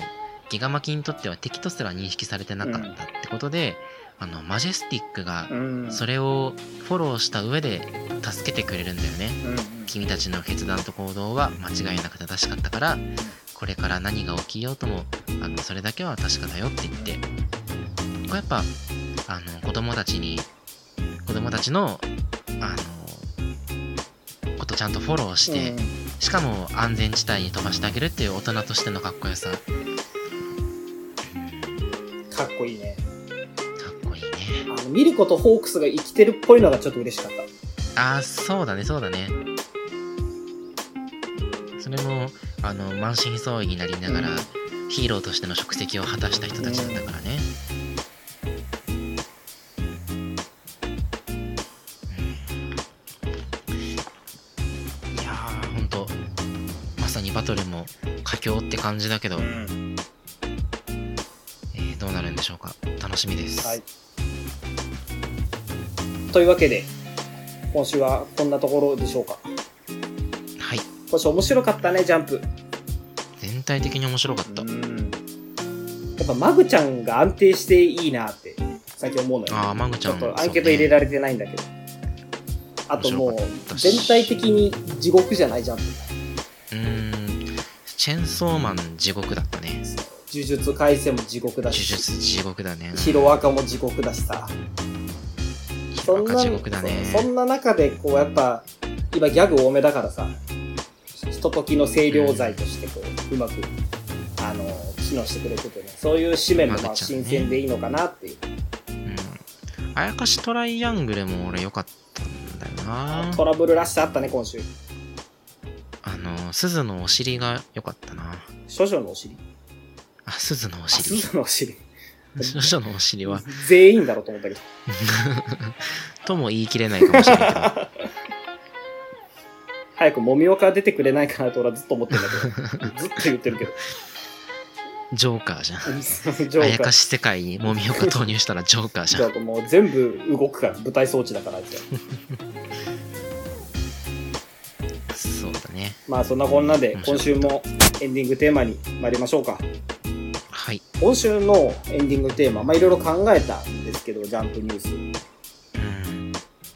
Speaker 2: ギガ巻きにとっては敵とすら認識されてなかったってことで、あのマジェスティックが
Speaker 1: うん。
Speaker 2: それをフォローした上で助けてくれるんだよね、
Speaker 1: うん。
Speaker 2: 君たちの決断と行動は間違いなく正しかったからこれから何が起きようともあのそれだけは確かだよって言ってこれやっぱあの子供たちに子供たちのあのことちゃんとフォローして、
Speaker 1: うん
Speaker 2: しかも安全地帯に飛ばしてあげるっていう大人としてのかっこよさ、うんか
Speaker 1: かっこいいね。
Speaker 2: っこいいね
Speaker 1: あの、ミルコとホークスが生きてるっぽいのがちょっと嬉しかった。
Speaker 2: ああそうだねそうだねそれもあの満身創痍になりながら、
Speaker 1: うん
Speaker 2: ヒーローとしての職責を果たした人たちだったからね、うんいやーほんとまさにバトルも佳境って感じだけど、
Speaker 1: ん。
Speaker 2: えーどうなるんでしょうか楽しみです、
Speaker 1: はい。というわけで、今週はこんなところでしょうか。
Speaker 2: はい
Speaker 1: 今週面白かったね、ジャンプ。
Speaker 2: 全体的に面白かった、
Speaker 1: うん。やっぱマグちゃんが安定していいなって、最近思うのよ。
Speaker 2: ああマグち
Speaker 1: ち
Speaker 2: ゃ
Speaker 1: ょ
Speaker 2: ん
Speaker 1: っとアンケート入れ
Speaker 2: ら
Speaker 1: られてないんだけど。あとも
Speaker 2: 面白かった
Speaker 1: う、
Speaker 2: し
Speaker 1: 全体的に地獄じゃないジャンプ。
Speaker 2: うーんチェンソーマン地獄だったね
Speaker 1: 呪術廻戦も地獄だ
Speaker 2: 呪
Speaker 1: し、
Speaker 2: 術地獄だね
Speaker 1: ヒロアカも地獄だしさ。
Speaker 2: ヒ
Speaker 1: そ
Speaker 2: ロ
Speaker 1: ん
Speaker 2: ア
Speaker 1: な、
Speaker 2: カ地獄だね
Speaker 1: そうそんな中で、こうやっぱ、今ギャグ多めだからさ、ひとときの清涼剤としてこう、うまく、あの、機能してくれててね、そういう紙面もま
Speaker 2: ま
Speaker 1: あ
Speaker 2: ぐちゃん
Speaker 1: 新
Speaker 2: ね
Speaker 1: 鮮でいいのかなっていう。
Speaker 2: うんあやかしトライアングルも俺良かったんだよな
Speaker 1: トラブルらしさあったね、今週。
Speaker 2: あの鈴のお尻が良かったな
Speaker 1: 少々のお尻。
Speaker 2: あ鈴のお
Speaker 1: あ、
Speaker 2: 尻
Speaker 1: のお尻。
Speaker 2: 少々のお尻は
Speaker 1: 全員だろうと思ったけど。
Speaker 2: とも言い切れないかもしれないけ ど
Speaker 1: 早くもみおか出てくれないかなと俺はずっと思ってるんだけ ど。ずっと言ってるけど。
Speaker 2: ジョーカーじゃん
Speaker 1: ジョ
Speaker 2: あ
Speaker 1: ー
Speaker 2: や
Speaker 1: カ
Speaker 2: か
Speaker 1: ー。
Speaker 2: し世界にもみおか投入したらジョーカーじ
Speaker 1: ジ
Speaker 2: ゃ
Speaker 1: ョ
Speaker 2: ん
Speaker 1: ーカーもう全部動くから、舞台装置だからあいつは
Speaker 2: そうだね
Speaker 1: まあそんなこんなで
Speaker 2: 面白
Speaker 1: 今
Speaker 2: か
Speaker 1: 週もエンディングテーマに参りましょうか
Speaker 2: はい
Speaker 1: 今週のエンディングテーマまあいろいろ考えたんですけど、ジャンプニュース。
Speaker 2: うん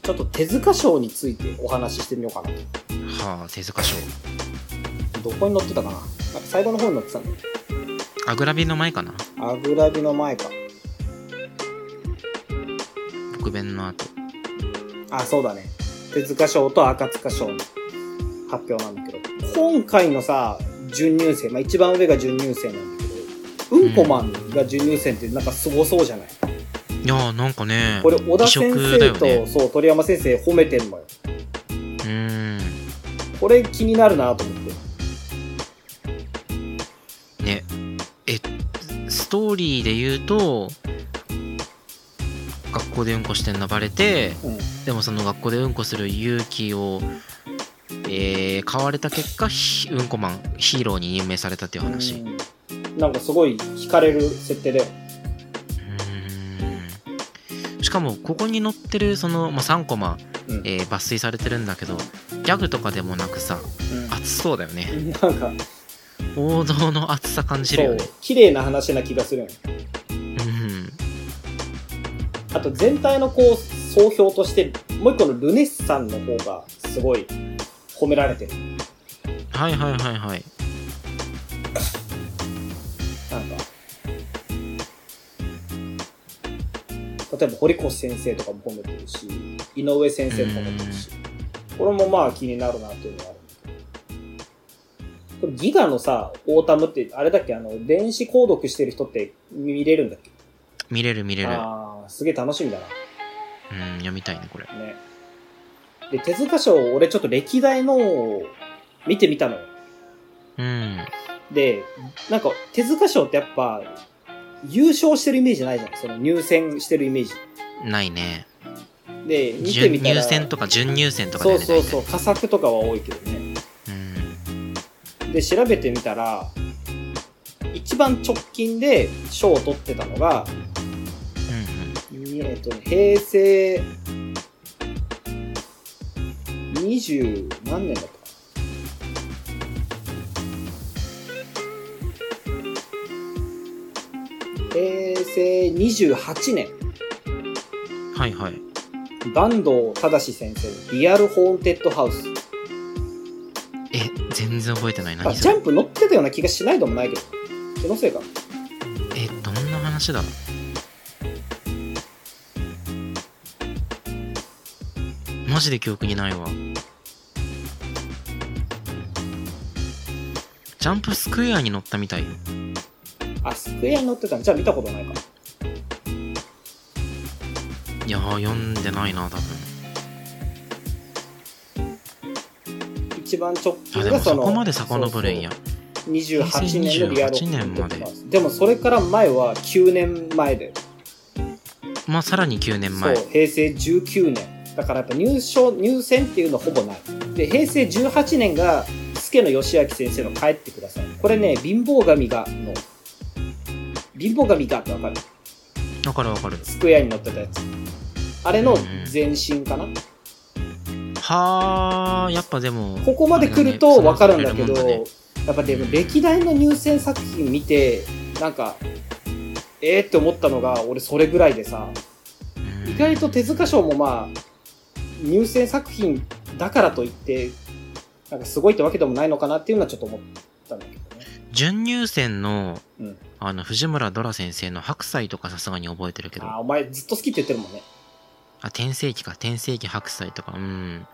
Speaker 1: ちょっと手塚賞についてお話ししてみようかなと。
Speaker 2: はあ手塚賞
Speaker 1: どこに載ってたかななんか最後の方に載ってたの
Speaker 2: あぐら便の前かな
Speaker 1: アグラビの前か。
Speaker 2: 僕弁の後
Speaker 1: あ、そうだね。手塚賞と赤塚賞の発表なんだけど。今回のさ、準入選、まあ一番上が準入選なんだけど、うんこマンが準入選ってなんかすごそうじゃない、
Speaker 2: いやーなんかね
Speaker 1: これ、小田先
Speaker 2: 異色だ
Speaker 1: 生
Speaker 2: よ
Speaker 1: と、
Speaker 2: ね
Speaker 1: そう、鳥山先生褒めてんのよ。
Speaker 2: うん
Speaker 1: これ気になるなと思って。
Speaker 2: ねえストーリーで言うと学校でうんこしてんのバレて
Speaker 1: うん。
Speaker 2: でもその学校でうんこする勇気を、えー買われた結果ひうんこマンヒーローに任命されたっていう話う
Speaker 1: うんなんかすごい惹かれる設定だよ。
Speaker 2: ーんしかもここに載ってるその、まあ、3コマ、
Speaker 1: うん。うん
Speaker 2: えー抜粋されてるんだけどギャグとかでもなくさ熱そうだよね
Speaker 1: なんか、
Speaker 2: 王道の熱さ感じる
Speaker 1: そ
Speaker 2: よ
Speaker 1: う
Speaker 2: ね、
Speaker 1: 綺麗な話な気がするよね。
Speaker 2: うん
Speaker 1: あと全体のこう、総評として、もう一個のルネッサンの方がすごい褒められてる。
Speaker 2: はいはいはいはい
Speaker 1: なんか。例えば堀越先生とかも褒めてるし、井上先生も褒めてるし、これもまあ気になるなっていうのがあるんだけど。これギガのさ、オータムって、あれだっけあの、電子購読してる人って見れるんだっけ
Speaker 2: 見れる見れる
Speaker 1: ああ、すげえ楽しみだな。
Speaker 2: うん読みたいねこれ
Speaker 1: ね。で、手塚賞、俺ちょっと歴代のを見てみたのよ。
Speaker 2: うん
Speaker 1: で、なんか、手塚賞ってやっぱ、優勝してるイメージないじゃん。その入選してるイメージ。
Speaker 2: ないね
Speaker 1: で、見て
Speaker 2: 準
Speaker 1: みたら。
Speaker 2: 入選とか準入選とかだ
Speaker 1: そ
Speaker 2: よ
Speaker 1: う
Speaker 2: ね
Speaker 1: そうそう、佳作とかは多いけどね。
Speaker 2: 大体
Speaker 1: で、調べてみたら、一番直近で賞を取ってたのが、
Speaker 2: うんうんうん
Speaker 1: えっと、平成20何年だったかな平成28年
Speaker 2: はいはい。
Speaker 1: 坂東正先生のリアルホーンテッドハウス
Speaker 2: え、全然覚えてない。
Speaker 1: あ
Speaker 2: 何
Speaker 1: ジ
Speaker 2: そ
Speaker 1: ャ
Speaker 2: れ
Speaker 1: ンプ乗ってたような気がしないでもないけど気のせいか
Speaker 2: え、どんな話だマジで記憶にないわ。ジャンプスクエアに乗ったみたい。
Speaker 1: あスクエアに乗ってたのじゃあ見たことないか
Speaker 2: いやー、読んでないな、多分。
Speaker 1: 一番直
Speaker 2: あ、
Speaker 1: 近
Speaker 2: でも
Speaker 1: がそ
Speaker 2: そ
Speaker 1: の
Speaker 2: こまで遡るんや。
Speaker 1: 28年のリアルホーンテッドハ
Speaker 2: 平成28年ま
Speaker 1: ウスでもそれから前は9年前で
Speaker 2: まあ、さらに9年前。
Speaker 1: そう平成19年だからやっぱ入賞入選っていうのはほぼないで平成18年が助野義明先生の「帰ってください」これね貧乏神がの貧乏神がってわかる
Speaker 2: だからわかる。
Speaker 1: スクエアに載ってたやつあれの前身かな、
Speaker 2: はー、やっぱでも。
Speaker 1: ここまで来る
Speaker 2: あれ
Speaker 1: と
Speaker 2: ね
Speaker 1: わかるんだけど
Speaker 2: そのレベルもんだね
Speaker 1: やっぱでも歴代の入選作品見てなんかえーって思ったのが俺それぐらいでさ
Speaker 2: うん
Speaker 1: 意外と手塚賞もまあ入選作品だからといってなんかすごいってわけでもないのかなっていうのはちょっと思ったんだけどね
Speaker 2: 準入選の、
Speaker 1: うん
Speaker 2: あの藤村ドラ先生の白菜とかさすがに覚えてるけど
Speaker 1: あ
Speaker 2: あ
Speaker 1: ーお前ずっと好きって言ってるもんね
Speaker 2: 転生期か転生期白菜とかうん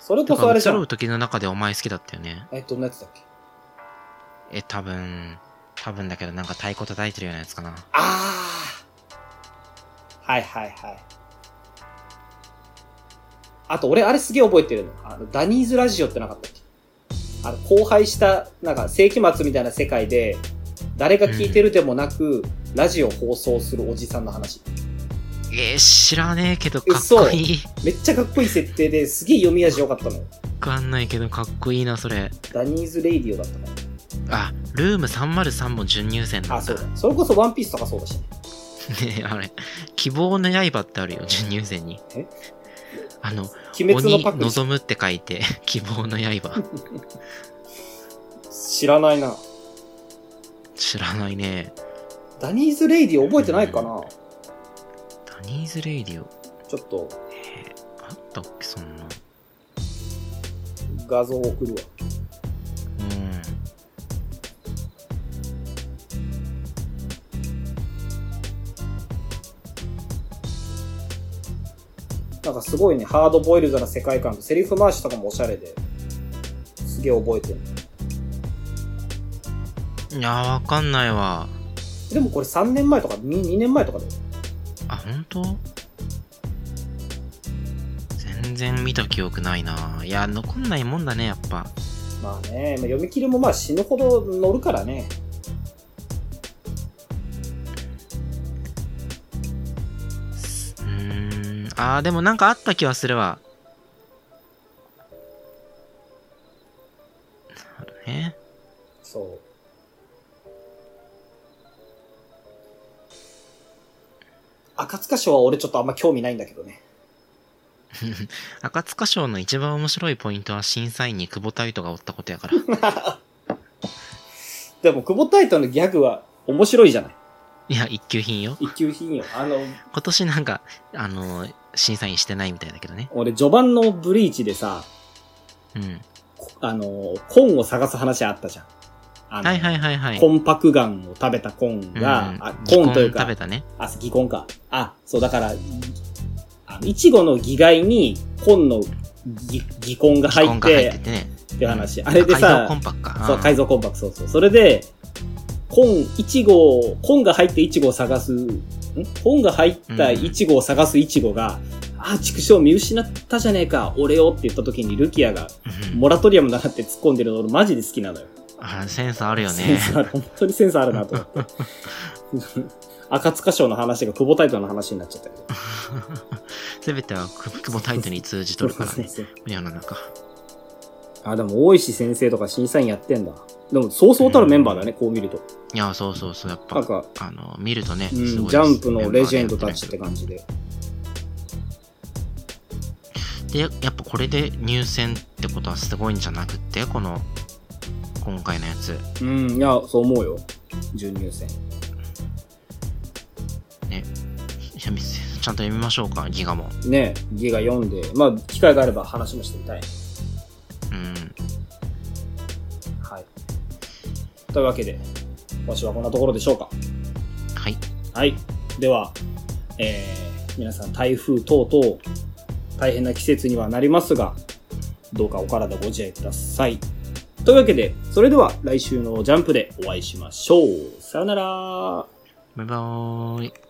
Speaker 1: それ
Speaker 2: だ
Speaker 1: こ
Speaker 2: か
Speaker 1: そあ
Speaker 2: ら
Speaker 1: れじゃ
Speaker 2: 揃
Speaker 1: ん
Speaker 2: う時の中でお前好きだったよね
Speaker 1: えどんなやつだっけ
Speaker 2: え多分多分だけどなんか太鼓叩いてるようなやつかな
Speaker 1: ああはいはいはいあと俺あれすげえ覚えてるのあのダニーズラジオってなかったっけあの荒廃したなんか世紀末みたいな世界で誰が聞いてるでもなく、ラジオ放送するおじさんの話
Speaker 2: えー知らねえけどかっ
Speaker 1: 嘘
Speaker 2: こいい
Speaker 1: めっちゃかっこいい設定ですげえ読み味良かったのよ
Speaker 2: わかんないけどかっこいいなそれ
Speaker 1: ダニーズレイディオだったか
Speaker 2: あルーム303も準入選
Speaker 1: ら
Speaker 2: な
Speaker 1: あ
Speaker 2: ん
Speaker 1: そ
Speaker 2: だ
Speaker 1: うだそれこそワンピースとかそうだしね
Speaker 2: ねえあれ希望の刃ってあるよ準入選に
Speaker 1: え
Speaker 2: あの
Speaker 1: 鬼滅の
Speaker 2: 鬼
Speaker 1: パクリ
Speaker 2: 望むって書いて 希望の刃
Speaker 1: 知らないな
Speaker 2: 知らないね
Speaker 1: ダニーズレイディオ覚えてないかな
Speaker 2: ダジャニーズレイディオ。
Speaker 1: ちょっと
Speaker 2: あったっけ、そんな。
Speaker 1: 画像送るわ。
Speaker 2: うん。
Speaker 1: なんかすごいね、ハードボイルドな世界観とセリフ回しとかもおしゃれで、すげえ覚えてる。
Speaker 2: いやー、わかんないわ。
Speaker 1: でもこれ3年前とか 2, 2年前とかだよ。
Speaker 2: あ、本当全然見た記憶ないな。いや、残んないもんだね、やっぱ。
Speaker 1: まあね、まあ読み切りもまあ死ぬほど乗るからね。
Speaker 2: うーん。あー、でもなんかあった気はするわ。なるほどね。
Speaker 1: そう。赤塚賞は俺ちょっとあんま興味ないんだけどね。
Speaker 2: 赤塚賞の一番面白いポイントは審査員に久保タイトがおったこと やから。
Speaker 1: でも、久保タイトのギャグは面白いじゃない。
Speaker 2: いや、一級品よ。
Speaker 1: 一級品よ。あの、
Speaker 2: 今年なんか、あのー審査員してないみたいだけどね。
Speaker 1: 俺序盤のブリーチでさ、
Speaker 2: うん。
Speaker 1: こあの、コンを探す話あったじゃん。あの
Speaker 2: はいはいはいはい。
Speaker 1: コンパクガンを食べたコンが、
Speaker 2: うん
Speaker 1: あ、コンという
Speaker 2: ギコン食
Speaker 1: か
Speaker 2: べ、たね。
Speaker 1: あ、ギコンか。あ、そう、だから、あの、いちごの擬外に、コンのギギコンが
Speaker 2: ギコ
Speaker 1: 入
Speaker 2: ン
Speaker 1: っ
Speaker 2: が入って
Speaker 1: て、
Speaker 2: てね。
Speaker 1: っていう話。あれで
Speaker 2: 改造
Speaker 1: さ
Speaker 2: コ、ンパクか。
Speaker 1: そう、改
Speaker 2: 造。
Speaker 1: 造コンパクト、そうそう。それで、コン、イチゴを、コンが入ってイチゴを探す、んコンが入ったイチゴを探すイチゴが、ああ、畜生見失ったじゃねえか、俺をって言った時にルキアが、
Speaker 2: うん
Speaker 1: モラトリアムだなって突っ込んでるの俺マジで好きなのよ。
Speaker 2: あセンスあるよ
Speaker 1: セン
Speaker 2: ね。
Speaker 1: スある、本当にセンスあるなと思って。赤塚賞の話が久保タイトルの話になっちゃったけど。
Speaker 2: すべては久保タイトに通じとるからね。
Speaker 1: そうそう
Speaker 2: 世の中。
Speaker 1: そう あ、でも大石先生とか審査員やってんだ。でも、そうそうたるメンバーだね、こう見ると。
Speaker 2: いや、そうそうそう、やっ
Speaker 1: な
Speaker 2: ぱ
Speaker 1: ん、か、
Speaker 2: あの、見るとね、
Speaker 1: う
Speaker 2: す
Speaker 1: ん
Speaker 2: ごいです、
Speaker 1: ジャンプのレジェンドたちって
Speaker 2: メンバ
Speaker 1: 感じで。
Speaker 2: ーでやってる。で、やっぱこれで入選ってことはすごいんじゃなくって、この、今回のやつ。
Speaker 1: うん、いや、そう思うよ。準入選。
Speaker 2: いやみちゃんと読みましょうか、ギガも。
Speaker 1: ねギガ読んで、まあ、機会があれば話もしてみたい。
Speaker 2: うん。
Speaker 1: はい。というわけで、今週はこんなところでしょうか。
Speaker 2: はい。
Speaker 1: はい。では、えー、皆さん台風等々、大変な季節にはなりますが、どうかお体ご自愛ください。というわけで、それでは来週のジャンプでお会いしましょう。さよなら。
Speaker 2: バイバーイ。